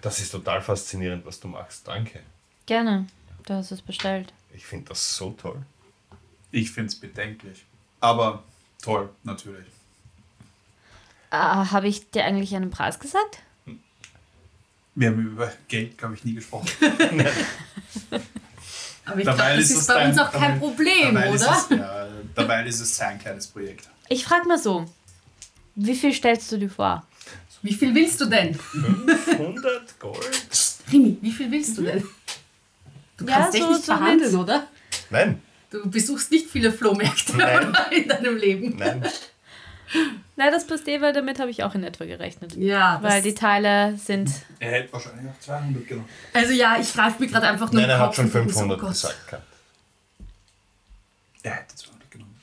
Das ist total faszinierend, was du machst. Danke.
Gerne. Du hast es bestellt.
Ich finde das so toll.
ich finde es bedenklich. Aber toll, natürlich.
Ah, Habe ich dir eigentlich einen Preis gesagt?
Wir haben über Geld, glaube ich, nie gesprochen.
Aber ich glaube, das ist, bei
dein-
uns auch kein
dabei-
Problem,
dabei
oder?
Ist es, ja, dabei ist es sein kleines Projekt.
Ich frage mal so, wie viel stellst du dir vor?
Wie viel willst du denn?
500 Gold?
Rimi, wie viel willst du
Mhm.
denn? Du
Ja,
kannst
so-
echt nicht
so
verhandeln,
mit-
oder?
Nein,
Du besuchst nicht viele Flohmärkte
Nein.
oder, in deinem Leben.
nein.
Na, das passt eh, weil damit habe ich auch in etwa gerechnet.
Ja,
Weil
das,
die Teile sind.
Er hätte wahrscheinlich auch 200 genommen.
also ja, ich greife mir gerade einfach nur
Nein,
den
er hat
Kopf
schon
und denk so,
500
oh Gott.
gesagt. gehabt.
Er hätte 200 genommen.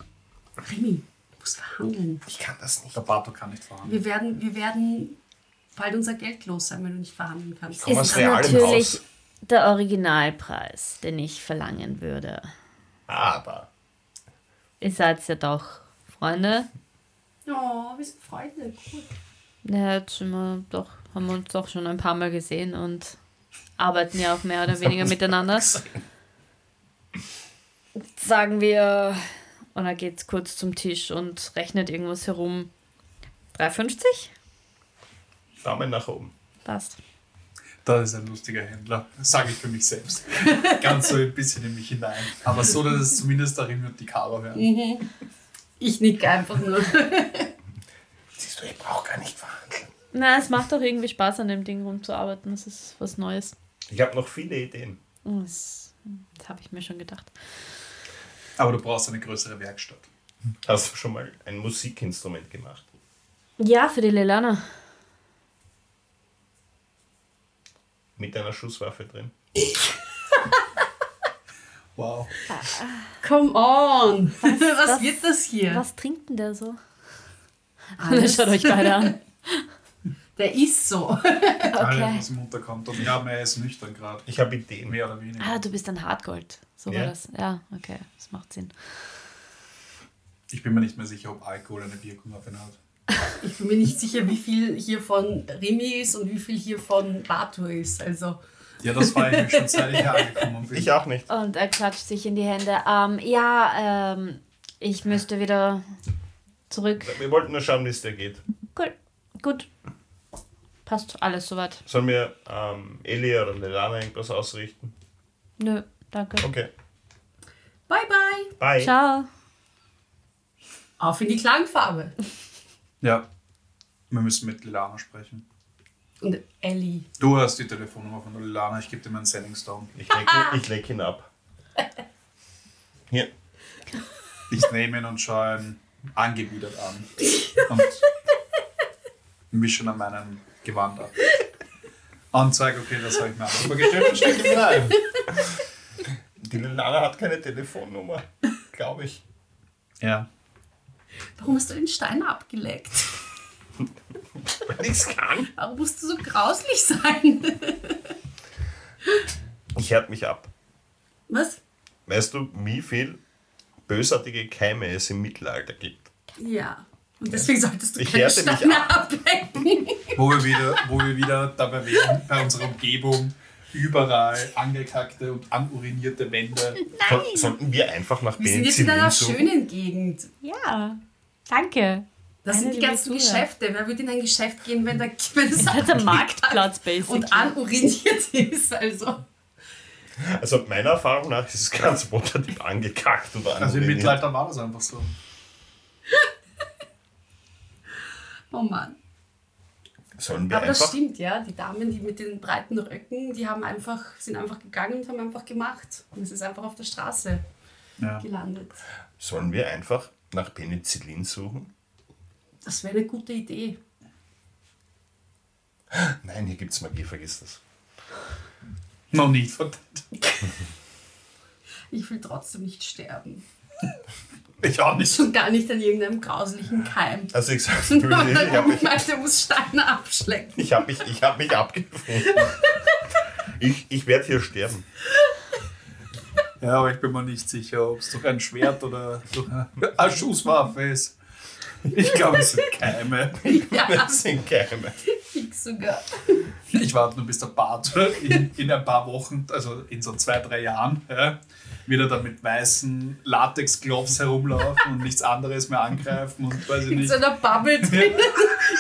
Rimi, du musst verhandeln.
Ich kann das nicht.
Der Pato kann nicht fahren.
Wir werden, wir werden bald unser Geld los sein, wenn du nicht verhandeln kannst.
komm aus
ist
realem
natürlich
Haus.
der Originalpreis, den ich verlangen würde.
Aber
Ihr seid ja doch Freunde.
Oh, wir sind Freunde. Cool.
Ja, jetzt sind wir doch, haben wir uns doch schon ein paar Mal gesehen und arbeiten ja auch mehr oder weniger miteinander. Sagen wir, und er geht kurz zum Tisch und rechnet irgendwas herum. 3,50?
Daumen nach oben.
Passt.
Das ist ein lustiger Händler. Sage ich für mich selbst. Ganz so ein bisschen in mich hinein. Aber so, dass es zumindest darin wird, die Kaba werden.
Ich nicke einfach nur.
Siehst du, ich brauche gar nicht verhandeln.
Na, es macht doch irgendwie Spaß, an dem Ding rumzuarbeiten. Das ist was Neues.
Ich habe noch viele Ideen.
Oh, Das, das habe ich mir schon gedacht.
Aber du brauchst eine größere Werkstatt.
Hast du schon mal ein Musikinstrument gemacht?
Ja, für die Lelana.
Mit einer Schusswaffe drin?
Wow.
Come on! Was,
was-
wird das hier?
Was trinkt denn der so?
Alles.
Ah, Schaut euch beide an.
Der ist so.
Alles, was im Unterkommt. Und ja, mehr ist nüchtern gerade.
Ich habe Ideen.
Mehr oder weniger.
Ah, du bist ein Hartgold. So war
Ja.
das. Ja, okay. Das macht Sinn.
Ich bin mir nicht mehr sicher, ob Alkohol eine Wirkung auf ihn hat.
Ich bin mir nicht sicher, wie viel hier von Remy ist und wie viel hier von Batu ist. Also,
Ja, das war ich mir schon seit ich hier angekommen bin.
Ich auch nicht.
Und er klatscht sich in die Hände. Ähm, ja, ähm, ich müsste wieder zurück.
Wir wollten nur schauen, wie es dir geht.
Cool. Gut. Passt alles soweit.
Sollen wir ähm, Eli oder Lelana irgendwas ausrichten?
Nö, danke.
Okay.
bye bye!
Bye.
Ciao.
Auf in die Klangfarbe.
Ja. Wir müssen mit Lilana sprechen.
Und Ellie.
Du hast die Telefonnummer von der Lilana, ich gebe dir meinen Sending Stone.
Ich leg, ich leg ihn ab. Hier.
Ich nehme ihn und schaue ihn angewidert an. Und mische ihn an meinem Gewand ab. Und sage, okay, das habe ich mir anders vorgestellt und stecke ihn rein.
Die Lelana hat keine Telefonnummer. Glaube ich.
Ja.
Warum hast du den Stein abgeleckt?
Weil ich kann.
Warum musst du so grauslich sein?
Ich härte mich ab.
Was?
Weißt du, wie viel bösartige Keime es im Mittelalter gibt?
Ja. Und deswegen solltest du
Ich
keine
härte mich
Steine ablecken.
Wo wir wieder, wo wir wieder dabei wären, bei unserer Umgebung überall angekackte und anurinierte Wände. Also
Nein. Sollten wir einfach nach
Wir sind jetzt in
Penicillin
einer
suchen?
schönen Gegend.
Ja, danke.
Das
Eine
sind die ganzen
Lektüre.
Geschäfte. Wer würde in ein Geschäft gehen, wenn da wenn es
Das ist ein Marktplatz, basically.
und anuriniert ist? Also.
Also meiner Erfahrung nach ist es ganz prototyp angekackt oder
Also im
anuriniert.
Mittelalter war das einfach so.
Oh Mann.
Sollen wir
Aber das
einfach
stimmt, ja. Die Damen, die mit den breiten Röcken, die haben einfach, sind einfach gegangen und haben einfach gemacht. Und es ist einfach auf der Straße
Ja.
gelandet.
Sollen wir einfach nach Penicillin suchen?
Das wäre eine gute Idee.
Nein, hier gibt es Magie, vergiss das.
Noch nicht verdammt.
Ich will trotzdem nicht sterben.
Ich auch nicht.
Schon gar nicht an irgendeinem grauslichen Keim.
Also ich sag's
Und
dir,
dann
ich habe mich,
meint, er muss Steine abschlecken.
ich hab mich, ich hab mich abgefunden. Ich, ich werde hier sterben.
Ja, aber ich bin mir nicht sicher, ob es durch ein Schwert oder durch eine Schusswaffe ist. Ich glaube, es sind Keime.
Ja,
Das sind Keime.
ich Sieg sogar.
Ich warte nur, bis der Bart in, in ein paar Wochen, also in so zwei, drei Jahren, ja, wieder da mit weißen Latex-Gloves herumlaufen und nichts anderes mehr angreifen und weiß ich
In
nicht.
so einer Bubble drin,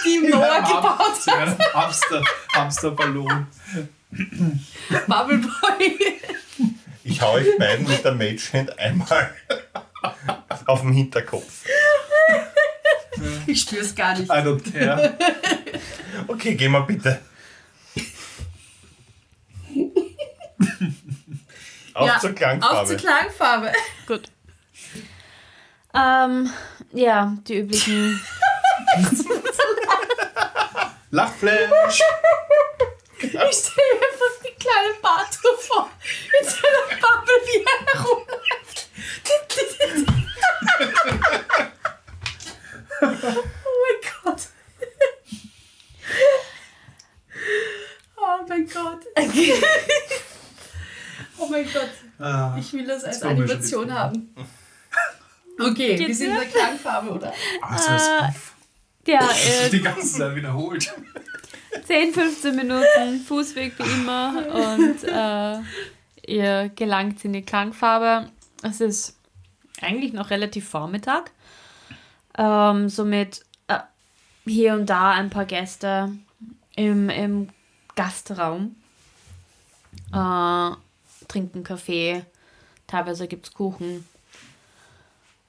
die ihm Noah gebaut
Sie werden Hamster, Hamsterballon.
hat. Bubble Boy.
Ich hau euch beiden mit der Mage Hand einmal auf den Hinterkopf.
Ich spür's gar
Also
nicht.
I don't care.
Okay, geh mal bitte. Auf
Ja,
zur
Auf zur
Klangfarbe.
Klangfarbe.
Gut. Ähm, ja, die üblichen.
Lachflash!
Ich stelle mir einfach die kleine Bartu vor, mit seiner Bubble, wie er herumläuft. oh mein Gott. Oh mein Gott. Oh mein Gott.
Ah,
Ich will das als
kommen wir schon
Animation
wieder.
haben. Okay, wir
Geht's
sind in der Klangfarbe, oder?
also es
Äh, Ja,
wird die
äh,
ganze Zeit wiederholt.
10, 15 Minuten, Fußweg wie immer. Und äh, ihr gelangt in die Klangfarbe. Es ist eigentlich noch relativ Vormittag. Ähm, somit äh, hier und da ein paar Gäste im, im Gastraum. Äh, trinken Kaffee. Teilweise gibt es Kuchen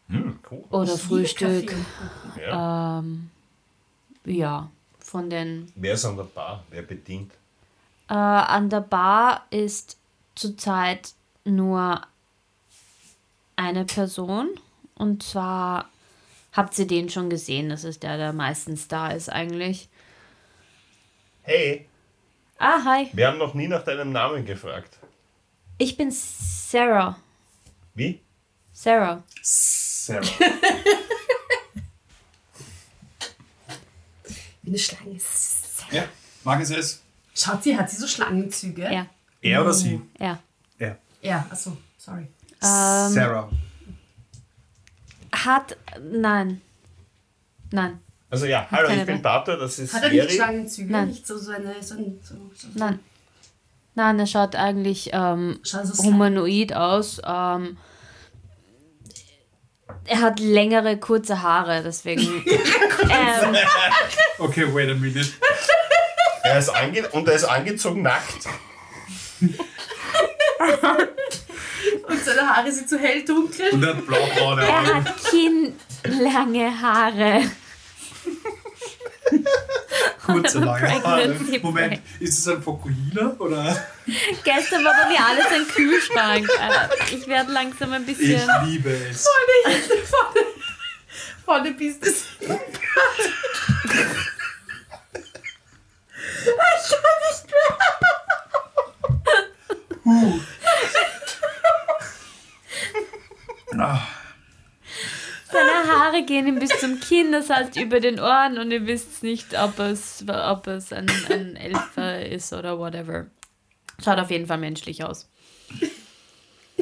Hm, cool.
oder Frühstück.
Kaffee.
Ja.
Ähm, ja, von den.
Wer ist an der Bar? Wer bedient?
Äh, an der Bar ist zurzeit nur eine Person. Und zwar habt ihr den schon gesehen. Das ist der, der meistens da ist eigentlich.
Hey,
Ah, hi.
wir haben noch nie nach deinem Namen gefragt.
Ich bin Sarah.
Wie?
Sarah.
Sarah.
Wie eine Schlange.
Ja, mag es es?
Schaut, sie hat sie so Schlangenzüge.
Ja,
Er oder sie?
ja.
Er.
Ja, achso, sorry. Ähm,
Sarah.
Hat. Nein. Nein.
Also ja, hallo,
keine
ich bin
Ahnung.
Tato, das ist
Hat er nicht
Jerry.
Schlangenzüge?
Nein.
Nicht so, so eine. So, ein- so, so, so.
Nein. Nein, er schaut eigentlich ähm,
Schaut so
humanoid aus. Ähm, er hat längere, kurze Haare, deswegen. ähm,
Okay, wait a minute.
Er ist ange und er ist angezogen nackt.
Und seine Haare sind so hell dunkel.
Und er hat blaubraune
er
Augen.
hat kinnlange Haare.
Kurze, lange Haare.
Pregnancy
Moment, ist es ein Fokuhila oder?
Gestern war bei mir alles ein Kühlschrank. Äh, ich werde langsam ein
Ich
bisschen.
liebe es.
Vorne, vorne bist es. Ich kann nicht mehr.
Huh. Ah,
Seine Haare gehen ihm bis zum Kinn, das heißt über den Ohren und ihr wisst nicht, ob es, ob es ein, ein Elfer ist oder whatever. Schaut auf jeden Fall menschlich aus.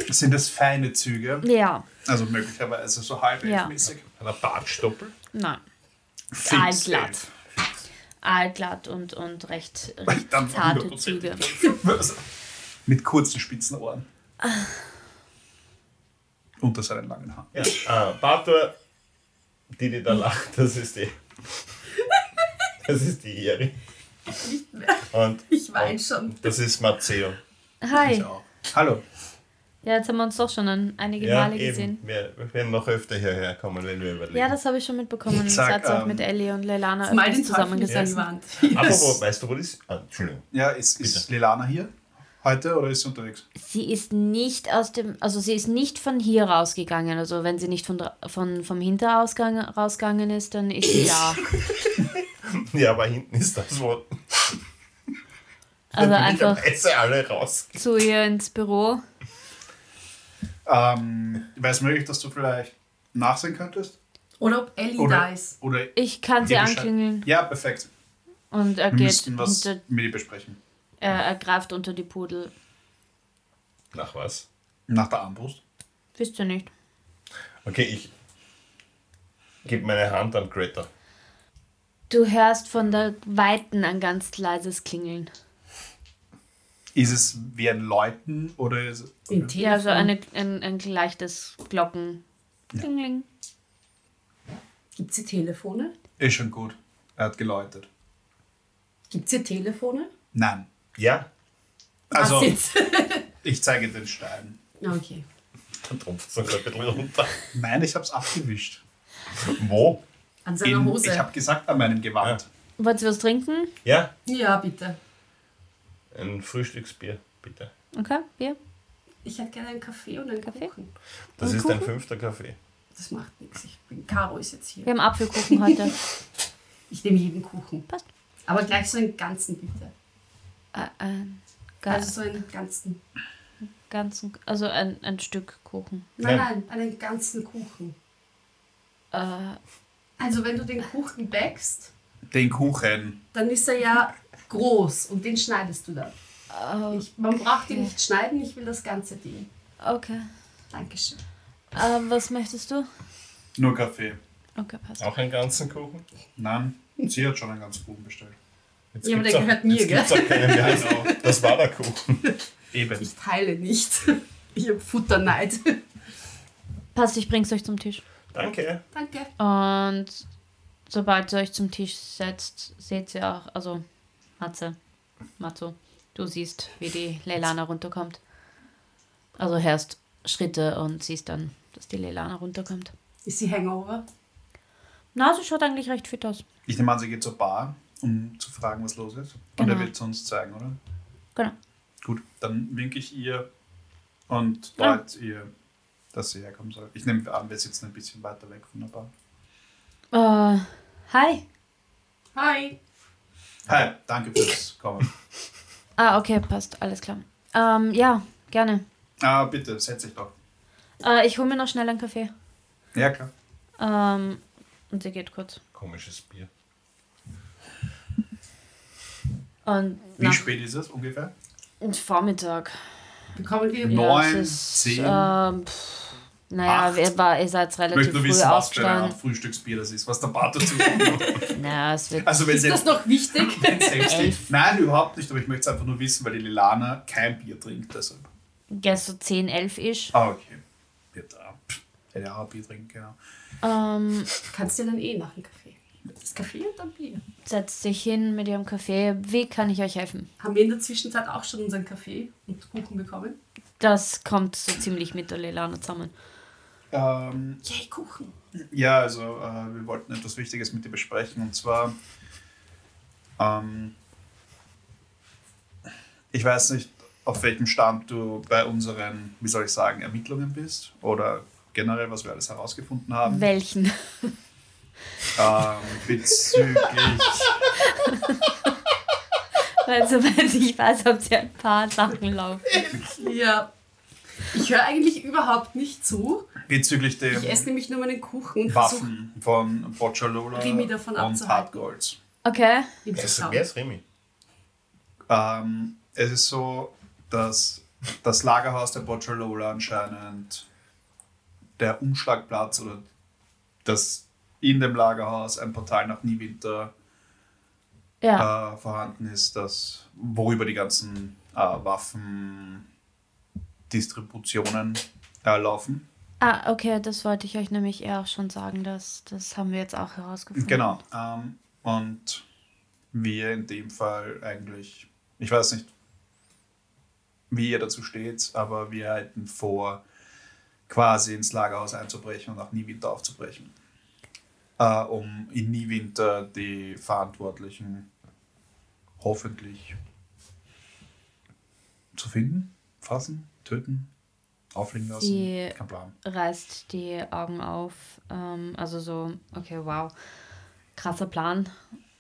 sind das feine Züge?
Ja,
Also möglicherweise so halb
Ja.
elfmäßig.
Hat er Bartstoppel?
nein.
Fix
Aalglatt.
elf.
Aalglatt und, und recht, recht
Dann
zarte
100%
Züge. Ah.
Was? Mit kurzen spitzen Ohren. Unter seinen langen Haaren.
Ja. Ah, Tato, die, die da lacht, das ist die. Das ist die Jerry. Und
Ich weine schon.
das ist Matteo.
Hi.
Ja. Hallo.
Ja, jetzt haben wir uns doch schon ein, einige Male gesehen.
Wir, wir werden noch öfter hierher kommen, wenn wir überlegen.
Ja, das habe ich schon mitbekommen. Ich
Sag,
hat auch
ähm,
mit Ellie und Leilana
Mal
öfters
den Teufel nicht an die
zusammengesessen.
Wand.
Apropos, weißt du, wo die ist? Ah, Entschuldigung.
Ja, ist, ist Lilana hier heute oder ist sie unterwegs?
Sie ist nicht aus dem, also sie ist nicht von hier rausgegangen. Also wenn sie nicht von, dra- von vom Hinterausgang rausgegangen ist, dann ist sie da.
Ja, aber hinten ist das, wo
Also einfach
möglicherweise alle raus.
zu ihr ins Büro.
Ähm, Wäre es möglich, dass du vielleicht nachsehen könntest?
Oder ob Ellie da
Oder,
ist.
oder
Ich kann sie
ihr Bescheid-
anklingeln
Ja, perfekt.
und er
Wir
geht
müssten was
unter,
mit ihr besprechen.
er, er greift unter die Pudel.
Nach was?
Nach der Armbrust.
Wisst ihr nicht?
Okay, ich gebe meine Hand an Greta.
Du hörst von der Weiten ein ganz leises Klingeln.
Ist es wie ein Läuten oder ist,
Im
oder?
Telefon.
Ja, so eine, ein, ein leichtes Glocken. Klingling.
Gibt es hier Telefone?
ist schon gut. Er hat geläutet.
Gibt es hier Telefone?
Nein.
Ja,
Also,
Ach, jetzt.
ich zeige den Stein.
okay.
dann tropft es noch ein bisschen runter.
Nein, ich habe es abgewischt.
Wo?
An seiner
In-
Hose.
Ich habe gesagt, an meinem Gewand.
Wollt ihr was trinken?
Ja,
ja, bitte.
ein Frühstücksbier, bitte.
Okay, Bier.
Ich hätte gerne einen Kaffee und einen
Kaffee?
Kuchen.
Das
Und
ist ein
Kuchen?
fünfter Kaffee.
Das macht nichts. Ich bin, Caro ist jetzt hier.
Wir haben Apfelkuchen heute.
Ich nehme jeden Kuchen.
Passt.
Aber gleich so einen ganzen, bitte.
Äh, ein ga
Also so einen ganzen.
ganzen, also ein, ein Stück Kuchen.
Nein,
Nein.
nein, einen ganzen Kuchen.
Äh,
Also wenn du den Kuchen backst,
Den Kuchen.
dann ist er ja groß und den schneidest du dann.
äh,
Ich, man braucht ihn nicht schneiden, ich will das ganze Ding.
okay.
Dankeschön.
Äh, was möchtest du?
Nur Kaffee.
Okay, passt.
Auch einen ganzen Kuchen?
Nein, sie hat schon einen ganzen Kuchen bestellt.
Jetzt
Ja, aber
gibt's
der
auch-
gehört mir,
jetzt gibt's auch keinen mehr.
Genau.
Das war der Kuchen.
Eben.
Ich teile nicht. Ich habe Futterneid.
Passt, ich bring's euch zum Tisch.
Danke.
Danke.
Und sobald ihr euch zum Tisch setzt, seht ihr auch, also Matze, Matzo, du siehst, wie die Leilana runterkommt. Also hörst Schritte und siehst dann, dass die Leilana runterkommt.
Ist sie Hangover?
Na, sie schaut eigentlich recht fit aus.
Ich nehme an, sie geht zur Bar, um zu fragen, was los ist. Und
Genau.
er wird es uns zeigen, oder?
Genau.
Gut, dann winke ich ihr und
Ja.
deut ihr, dass sie herkommen soll. Ich nehme an, wir sitzen ein bisschen weiter weg von der Bar.
Äh, hi.
Hi.
Hi, danke fürs Kommen.
Ah, okay, passt, alles klar. Ähm, ja, gerne.
Ah, bitte, setz dich doch.
Äh, ich hole mir noch schnell einen Kaffee.
Ja, klar.
Ähm, und sie geht kurz.
Komisches Bier.
Und
Wie
nach
spät ist es ungefähr?
Vormittag.
Bekommen wir
Neun,
es ist,
zehn,
Ähm, pff, naja,
acht.
ihr, war, ihr seid
Ich
relativ
möchte nur
früh
wissen, was für eine Art
aufgestanden.
Frühstücksbier das ist, was der Bart dazu kommt.
Naja, es wird.
Also wenn
Ist
sie
das noch wichtig?
wenn sie selbst
Elf.
Nein, überhaupt nicht, aber ich möchte es einfach nur wissen, weil die Lilana kein Bier trinkt. Deshalb.
Ja, so 10, 11 ish.
Ah, okay. Bier da. Pff, Hätte auch ein Bier trinken können.
Ähm,
Kannst dir dann eh nach dem Kaffee. Das Kaffee und dann Bier.
setzt sich hin mit ihrem Kaffee. Wie kann ich euch helfen?
Haben wir in der Zwischenzeit auch schon unseren Kaffee und Kuchen bekommen?
Das kommt so ziemlich mit der Lelana zusammen.
Ähm,
Yay, Kuchen.
Ja, also äh, wir wollten etwas Wichtiges mit dir besprechen und zwar, ähm, ich weiß nicht, auf welchem Stand du bei unseren, wie soll ich sagen, Ermittlungen bist oder generell, was wir alles herausgefunden haben.
Welchen?
Ähm, bezüglich,
Weil soweit Also, ich weiß, habt ihr ein paar Sachen laufen.
Ja. Ich höre eigentlich überhaupt nicht zu.
bezüglich dem
Ich esse nämlich nur meinen Kuchen und versuche
Waffen von Boccialola
Rimi davon
und
abzuhalten.
Hardgolds.
Okay.
ihm
Wer
zu
ist,
schauen.
wer ist Remy?
Ähm, es ist so, dass das Lagerhaus der Bocciolola anscheinend der Umschlagplatz oder das in dem Lagerhaus ein Portal nach Niewinter
Ja.
äh, vorhanden ist, das, worüber die ganzen äh, Waffendistributionen äh, laufen.
Ah, okay, das wollte ich euch nämlich eher auch schon sagen. Das, das haben wir jetzt auch herausgefunden.
Genau. Ähm, und wir in dem Fall eigentlich, ich weiß nicht, wie ihr dazu steht, aber wir halten vor, quasi ins Lagerhaus einzubrechen und auch Niewinter aufzubrechen. Äh, um in Niewinter die Verantwortlichen hoffentlich zu finden, fassen, töten, auflegen lassen.
Die-
Kein Plan.
reißt die Augen auf. Ähm, also so, okay, wow. Krasser Plan.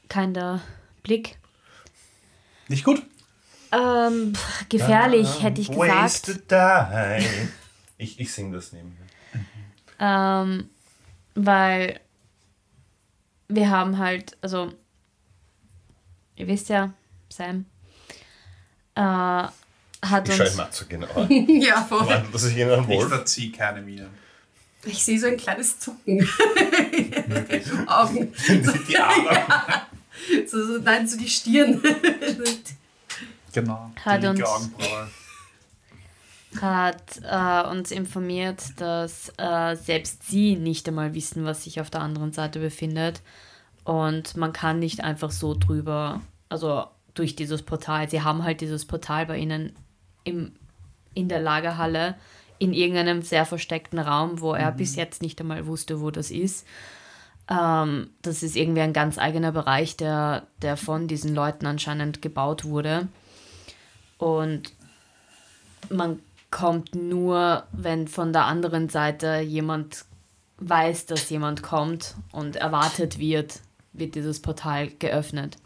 Kein der Blick.
Nicht gut?
Ähm, pff, gefährlich, hätte ich gesagt.
Wasted time. Ich, ich singe das nebenher.
Ähm, weil wir haben halt, also, ihr wisst ja, Sam äh, hat
Ich schaue
uns.
ihn mal zu genau an.
Ja, voll.
Warte, dass ich ihn dann
Ich
wohl.
verziehe keine Miene.
Ich sehe so ein kleines Zucken. Augen.
Die Arme.
So, so, nein, so die Stirn.
Genau.
Hat
die linke
uns-
Augenbraue.
hat äh, uns informiert, dass äh, selbst sie nicht einmal wissen, was sich auf der anderen Seite befindet. Und man kann nicht einfach so drüber, also durch dieses Portal. Sie haben halt dieses Portal bei ihnen im, in der Lagerhalle in irgendeinem sehr versteckten Raum, wo er bis jetzt nicht einmal wusste, wo das ist. Ähm, das ist irgendwie ein ganz eigener Bereich, der, der von diesen Leuten anscheinend gebaut wurde. Und man kommt nur, wenn von der anderen Seite jemand weiß, dass jemand kommt und erwartet wird, wird dieses Portal geöffnet.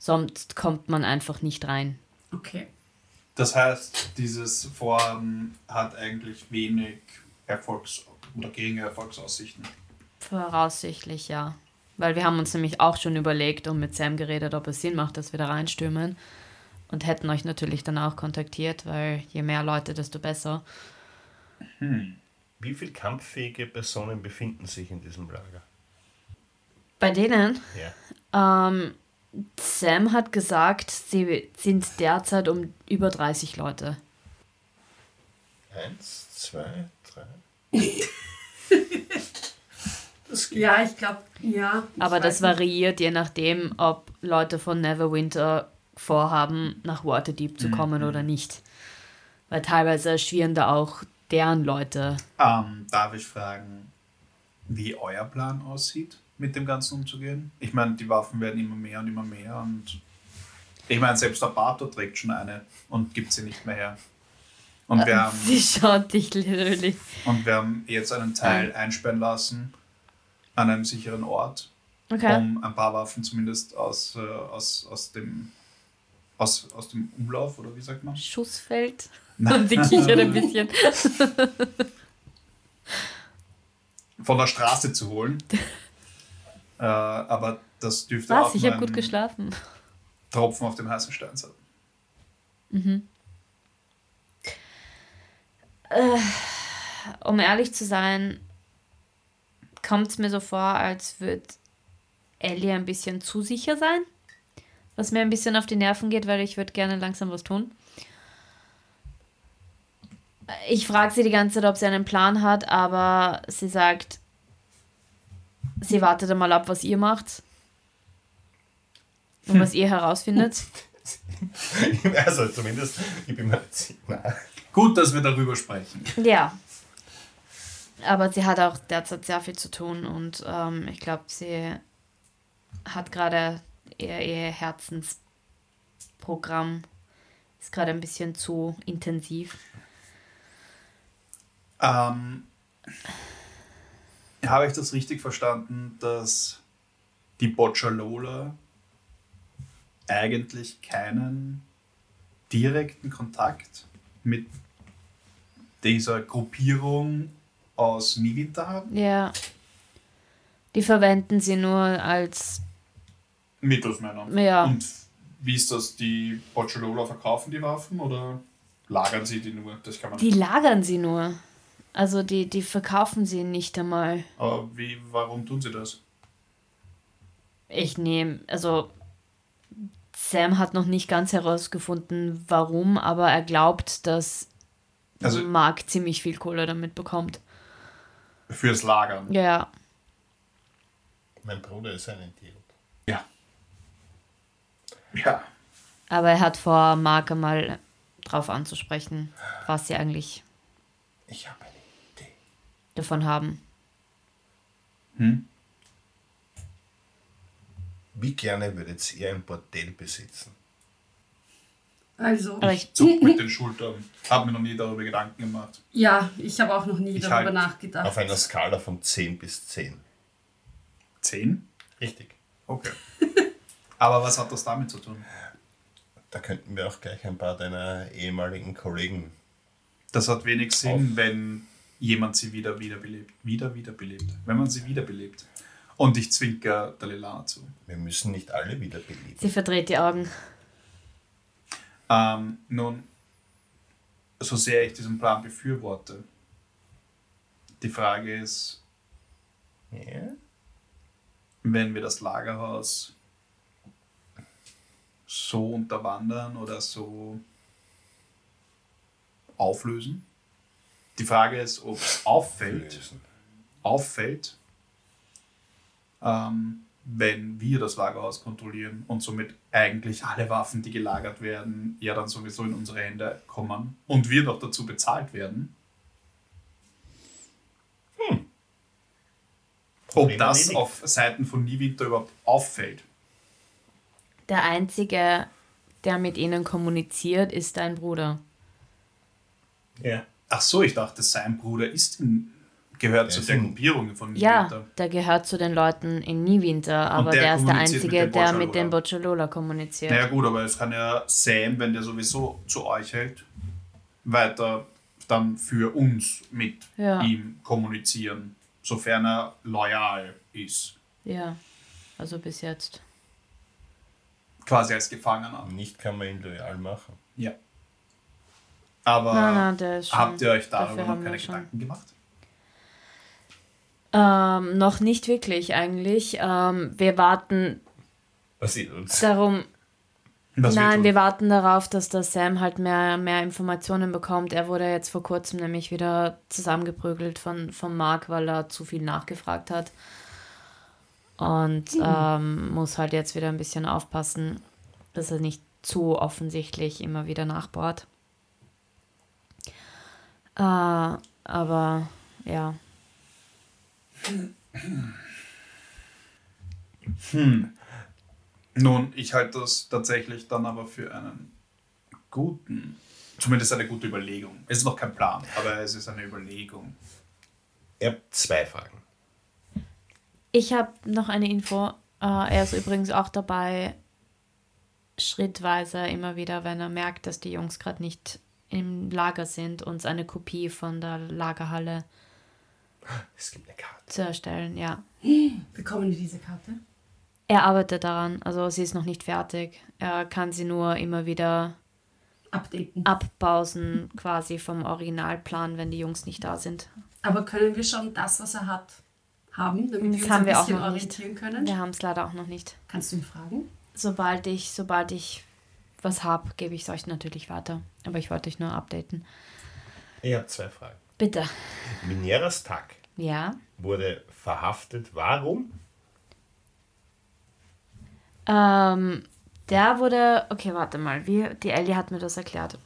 Sonst kommt man einfach nicht rein.
Okay.
Das heißt, dieses Vorhaben hat eigentlich wenig Erfolgs- oder geringe Erfolgsaussichten.
Voraussichtlich ja. Weil wir haben uns nämlich auch schon überlegt und mit Sam geredet, ob es Sinn macht, dass wir da reinstürmen. Und hätten euch natürlich dann auch kontaktiert, weil je mehr Leute, desto besser.
Wie viele kampffähige Personen befinden sich in diesem Lager?
Bei denen
Ja.
Ähm, Sam hat gesagt, sie sind derzeit um über 30 Leute.
Eins, zwei, drei.
Das geht.
Ja, ich glaube, ja. Ich
Aber das
weiß
variiert je nachdem, ob Leute von Neverwinter vorhaben, nach Waterdeep zu kommen oder nicht. Weil teilweise schwirren da auch deren Leute.
Ähm, darf ich fragen, wie euer Plan aussieht, mit dem Ganzen umzugehen? Ich meine, die Waffen werden immer mehr und immer mehr und ich meine, selbst der Bartor trägt schon eine und gibt sie nicht mehr her. Und wir haben
Sie schaut dich literally.
Und wir haben jetzt einen Teil einsperren lassen an einem sicheren Ort,
Okay.
um ein paar Waffen zumindest aus, äh, aus, aus, dem, aus, aus dem Umlauf, oder wie sagt man?
Schussfeld. Und sie kichert ein bisschen.
Von der Straße zu holen. äh, aber das dürfte auch
Was? Ich
nur
habe gut
ein
geschlafen.
Tropfen auf dem heißen Stein sein.
um ehrlich zu sein, kommt es mir so vor, als würde Ellie ein bisschen zu sicher sein. Was mir ein bisschen auf die Nerven geht, weil ich würde gerne langsam was tun. Ich frage sie die ganze Zeit, ob sie einen Plan hat, aber sie sagt, sie wartet einmal ab, was ihr macht und was ihr herausfindet.
Also zumindest, ich bin mir nicht sicher.
Gut, dass wir darüber sprechen.
Ja. Aber sie hat auch derzeit sehr viel zu tun und ähm, ich glaube, sie hat gerade ihr, ihr Herzensprogramm ist gerade ein bisschen zu intensiv.
Ähm, habe ich das richtig verstanden, dass die Boccialola eigentlich keinen direkten Kontakt mit dieser Gruppierung aus Miwinter haben?
Ja. Die verwenden sie nur als
Mittelsmänner.
Ja.
Und wie ist das? Die Boccialola verkaufen die Waffen oder lagern sie die nur? Das kann man
die lagern sie nur. Also die, die verkaufen sie nicht einmal.
Aber wie, warum tun sie das?
Ich nehme, also Sam hat noch nicht ganz herausgefunden, warum, aber er glaubt, dass
Also-
Mark ziemlich viel Kohle damit bekommt.
Fürs Lagern.
Ja,
Mein Bruder ist ein Idiot.
Ja. Ja.
aber er hat vor, Mark einmal drauf anzusprechen, was sie eigentlich
Ich habe eine Idee.
davon haben.
Hm?
Wie gerne würdet ihr ein Bordell besitzen?
nicht. Also,
Aber ich,
zuckt mit den Schultern. Habe mir noch nie darüber Gedanken gemacht.
ja, ich habe auch noch nie
Ich
darüber
halt
nachgedacht.
Auf einer Skala von 10 bis 10.
Zehn?
Richtig.
Okay. Aber was hat das damit zu tun?
Da könnten wir auch gleich ein paar deiner ehemaligen Kollegen.
Das hat wenig Sinn, wenn jemand sie wieder wiederbelebt. Wieder wiederbelebt. Wenn man sie wiederbelebt. Und ich zwinker der Lilana zu.
Wir müssen nicht alle wieder beleben.
sie verdreht die Augen.
Ähm, nun, so sehr ich diesen Plan befürworte, die Frage ist,
Ja?
wenn wir das Lagerhaus so unterwandern oder so auflösen. Die Frage ist, ob es auffällt, auffällt ähm, wenn wir das Lagerhaus kontrollieren und somit eigentlich alle Waffen, die gelagert werden, ja dann sowieso in unsere Hände kommen und wir noch dazu bezahlt werden.
Hm.
Ob
Problem
das
erledigt.
auf Seiten von Niewinter überhaupt auffällt.
Der Einzige, der mit ihnen kommuniziert, ist dein Bruder.
Ja.
Ach so, ich dachte, sein Bruder ist in, gehört zu
ist
der
in-
Gruppierung von
Ja,
Niewinter.
der gehört zu den Leuten in Niewinter, aber
der
der, ist der
kommuniziert mit
Einzige,
dem
der mit dem
Bocciolola.
Bocciolola kommuniziert.
Naja gut, aber es kann ja Sam, wenn der sowieso zu euch hält, weiter dann für uns mit
Ja.
ihm kommunizieren, sofern er loyal ist,
ja, also bis jetzt.
quasi als Gefangener.
Nicht kann man ihn loyal machen.
Ja. Aber
Nein, nein, der ist schon,
Ah, habt ihr euch darüber
dafür
noch
haben
keine
wir schon.
Gedanken gemacht?
Ähm, noch nicht wirklich eigentlich. Ähm, wir warten
Passiert uns.
darum,
Was
Nein,
wir
wir
tun?
warten darauf, dass der Sam halt mehr, mehr Informationen bekommt. Er wurde jetzt vor kurzem nämlich wieder zusammengeprügelt von, von Mark, weil er zu viel nachgefragt hat. Und ähm, muss halt jetzt wieder ein bisschen aufpassen, dass er nicht zu offensichtlich immer wieder nachbohrt. Äh, aber ja,
Nun, ich halte das tatsächlich dann aber für einen guten, zumindest eine gute Überlegung. Es ist noch kein Plan, aber es ist eine Überlegung.
Ich habe zwei Fragen.
Ich habe noch eine Info. Äh, er ist übrigens auch dabei, schrittweise immer wieder, wenn er merkt, dass die Jungs gerade nicht im Lager sind, uns eine Kopie von der Lagerhalle
Es gibt eine Karte.
zu erstellen. Ja,
Bekommen wir diese Karte?
er arbeitet daran. Also sie ist noch nicht fertig. Er kann sie nur immer wieder
Abdenken.
abpausen, quasi vom Originalplan, wenn die Jungs nicht da sind.
Aber können wir schon das, was er hat, haben, damit
Das
wir uns
haben
ein
wir auch
bisschen
noch nicht.
orientieren können?
Wir haben es leider auch noch nicht.
Kannst du ihn fragen?
Sobald ich, sobald ich was habe, gebe ich es euch natürlich weiter. Aber ich wollte euch nur updaten.
Ich habe zwei Fragen.
Bitte.
Mineras Tag
Ja.
wurde verhaftet. Warum?
Ähm, der wurde, okay, warte mal, wie, die Ellie hat mir das erklärt.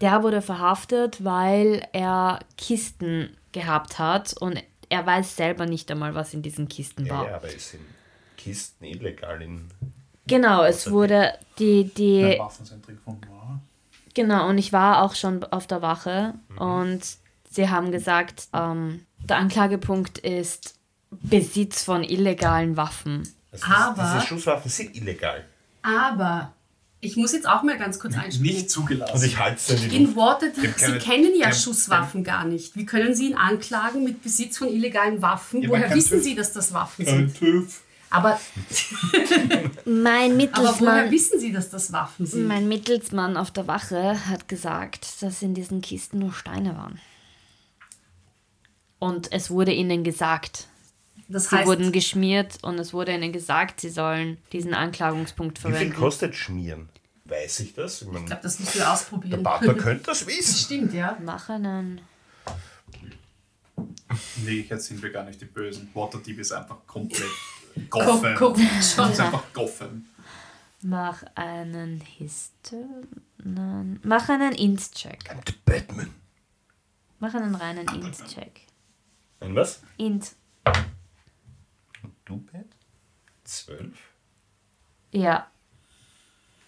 Der wurde verhaftet, weil er Kisten gehabt hat und er weiß selber nicht einmal, was in diesen Kisten war.
Ja, ja, aber es sind Kisten illegal in.
Genau, es wurde die,
Ein
die,
Waffenzentrum von Mauer.
genau, und ich war auch schon auf der Wache
Mhm.
und sie haben gesagt, ähm, der Anklagepunkt ist Besitz von illegalen Waffen.
Also
Aber-
Diese Schusswaffen sind illegal.
Aber ich muss jetzt auch mal ganz kurz einspringen.
Nicht zugelassen.
Und ich halte es um. in die
In
Luft.
Waterdeep,
Dem
Sie
keine-
kennen ja
dem-
Schusswaffen gar nicht. Wie können Sie ihn anklagen mit Besitz von illegalen Waffen?
Ja, man
woher
kann
wissen
prüfen.
Sie, dass das Waffen
Ein
sind?
TÜV.
Aber,
Mein
aber woher wissen Sie, dass das Waffen sind?
Mein Mittelsmann auf der Wache hat gesagt, dass in diesen Kisten nur Steine waren. Und es wurde ihnen gesagt.
Das
Sie
heißt,
wurden geschmiert und es wurde ihnen gesagt, sie sollen diesen Anklagungspunkt
Wie viel
verwenden.
kostet Schmieren? Weiß ich das? Ich mein,
ich glaube, das müssen wir
der
ausprobieren.
Partner könnte das wissen.
Stimmt, ja.
Mach einen.
In Wirklichkeit sind wir gar nicht die Bösen. Waterdeep ist einfach komplett
Ko-
goffen.
korrupt schon.
ist einfach goffen.
Mach einen Histe. Nein. Mach einen Int-Check.
I'm the Batman.
Mach einen reinen Int-Check.
Ein was?
Int.
Du Bat? Zwölf?
Ja,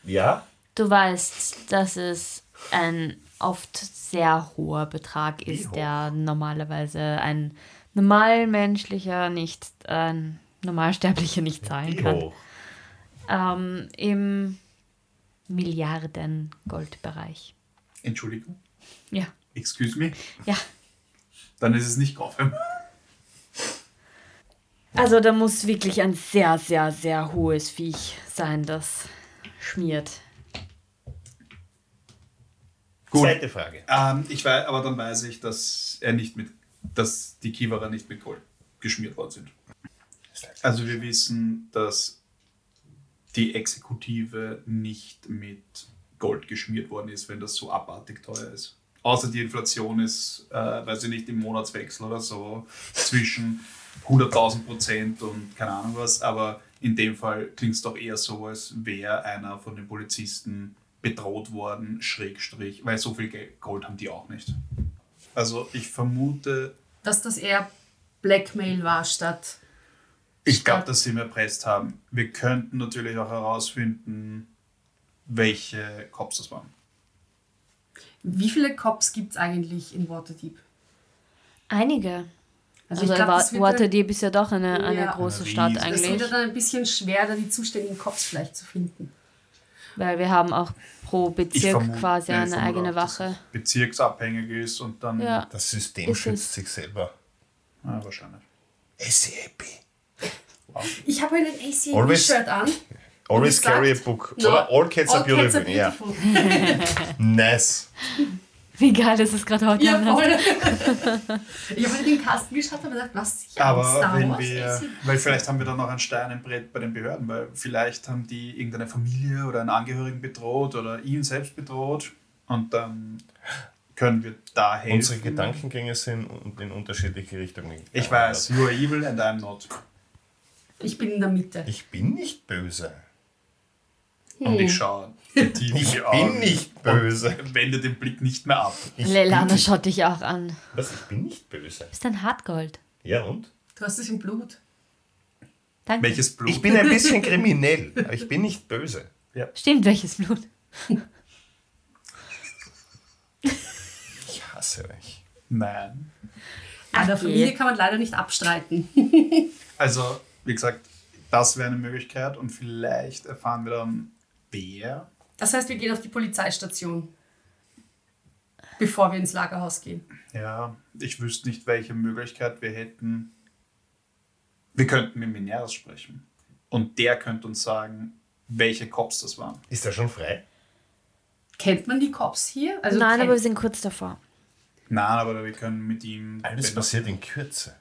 Ja?
Du weißt, dass es ein oft sehr hoher Betrag ist,
hoch?
der normalerweise ein normalmenschlicher nicht, ein normalsterblicher nicht zahlen
Wie
kann.
hoch?
Ähm, Im Milliarden-Goldbereich.
Entschuldigung.
Ja.
Excuse me.
Ja.
Dann ist es nicht goffen.
Also da muss wirklich ein sehr, sehr, sehr hohes Viech sein, das schmiert.
Gut.
Zweite Frage.
Ähm, ich weiß, aber dann weiß ich, dass er nicht mit, dass die Kiewerer nicht mit Gold geschmiert worden sind. Also wir wissen, dass die Exekutive nicht mit Gold geschmiert worden ist, wenn das so abartig teuer ist. Außer die Inflation ist, äh, weiß ich nicht, im Monatswechsel oder so zwischen 100.000 Prozent und keine Ahnung was. Aber in dem Fall klingt es doch eher so, als wäre einer von den Polizisten bedroht worden, Schrägstrich, weil so viel Geld- Gold haben die auch nicht. Also ich vermute,
Dass das eher Blackmail war statt.
ich glaube, dass sie ihn erpresst haben. Wir könnten natürlich auch herausfinden, welche Cops das waren.
Wie viele Cops gibt es eigentlich in Waterdeep?
Einige. Also,
ich
also
glaub, das
Wa-
wird- halt
Waterdeep ist ja doch eine, eine
Ja.
große
Eine
Stadt
riesige-
Das
eigentlich.
wird ja dann ein bisschen schwer, da die zuständigen Cops vielleicht zu finden.
Weil wir haben auch pro
Ich
Bezirk
vermute-
quasi
ich
eine
vermute
eigene
auch, dass
Wache.
es Bezirksabhängig ist und dann.
Ja.
Das System
Ist
schützt
es.
sich selber.
Ah, wahrscheinlich.
SAP.
Ich habe einen
Always-
ACA-Shirt an.
Always
gesagt,
carry a book.
no,
Oder all cats are
all cats
beautiful. Ja. Nice.
Wie geil ist es gerade heute?
Ja,
Abend?
voll. ich habe in den Kasten geschaut und habe gedacht, was sicher
Aber
Star
wenn
Wars
wir,
ACA.
weil vielleicht haben wir dann noch einen Stein im Brett bei den Behörden, weil vielleicht haben die irgendeine Familie oder einen Angehörigen bedroht oder ihn selbst bedroht und dann können wir da helfen.
Unsere Gedankengänge sind un- in unterschiedliche Richtungen.
Ich weiß, you are evil and I'm not.
Ich bin in der Mitte.
Ich bin nicht böse.
Hm.
Und ich schaue dir tief in die
Ich bin
Augen
nicht böse.
und Wende den Blick nicht mehr ab.
Ich
Leilana
bin,
schaut dich auch an. Du
was? Ich bin nicht böse.
bist ein Hartgold.
Ja und?
Du hast es im Blut.
Danke.
Welches Blut?
Ich bin ein bisschen kriminell, aber ich bin nicht böse.
Stimmt, welches Blut?
Ich hasse euch.
Nein.
An der
je.
Familie kann man leider nicht abstreiten.
Also, wie gesagt, das wäre eine Möglichkeit und vielleicht erfahren wir dann, wer
Das heißt, wir gehen auf die Polizeistation, bevor wir ins Lagerhaus gehen.
Ja, ich wüsste nicht, welche Möglichkeit wir hätten. Wir könnten mit Mineris sprechen. Und der könnte uns sagen, welche Cops das waren.
Ist er schon frei?
Kennt man die Cops hier? Also
Nein,
kennt-
aber wir sind kurz davor.
Nein, aber wir können mit ihm.
Alles
wenn das-
passiert in Kürze.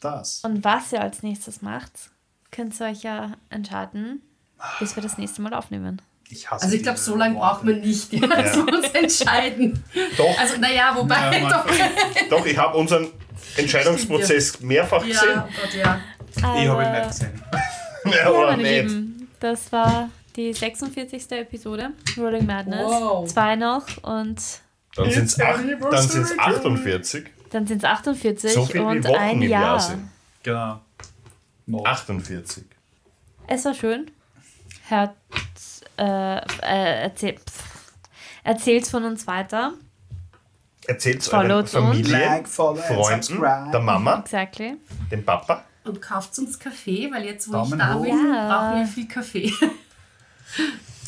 Das.
Und was ihr als nächstes macht, könnt ihr euch ja entscheiden, bis wir das nächste Mal aufnehmen.
Ich hasse
also ich glaube,
diese
so lange
Worte.
braucht man nicht, ja, dass wir uns entscheiden.
Doch,
Also naja, wobei
Ja,
doch.
doch, ich habe unseren Entscheidungsprozess mehrfach
Ja, oh
gesehen.
Gott, ja.
Ich habe ihn
Aber-
nicht gesehen.
Ja,
Ja,
aber
meine
nicht.
Lieben, das war die 46. Episode Rolling Madness.
Wow.
Zwei noch und
Dann sind es
It's anniversary
dann sind's
time.
48.
dann sind es 48
So viel
und
wie Wochen
ein
im
Jahr.
Jahr sind.
Genau. No.
48.
Es war schön. Hört, äh, äh, erzähl, pff. erzählt's von uns weiter.
Erzählt
Followed
euren
uns.
Familien,
Like, follow and
Freunden,
subscribe.
der Mama,
Exactly.
dem Papa.
Und kauft uns Kaffee, weil jetzt, wo
Daumen
ich da
hoch.
bin,
Ja.
brauchen wir viel Kaffee.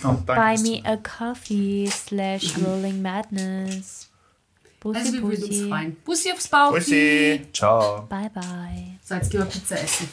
Und danke
Buy
fürs
me a coffee slash rolling madness.
Also
Bussi,
wir würden uns
bussi.
freuen. Bussi aufs Bauch.
Bussi.
Zuhören. Ciao.
Bye, bye.
So, jetzt gehen wir Pizza essen.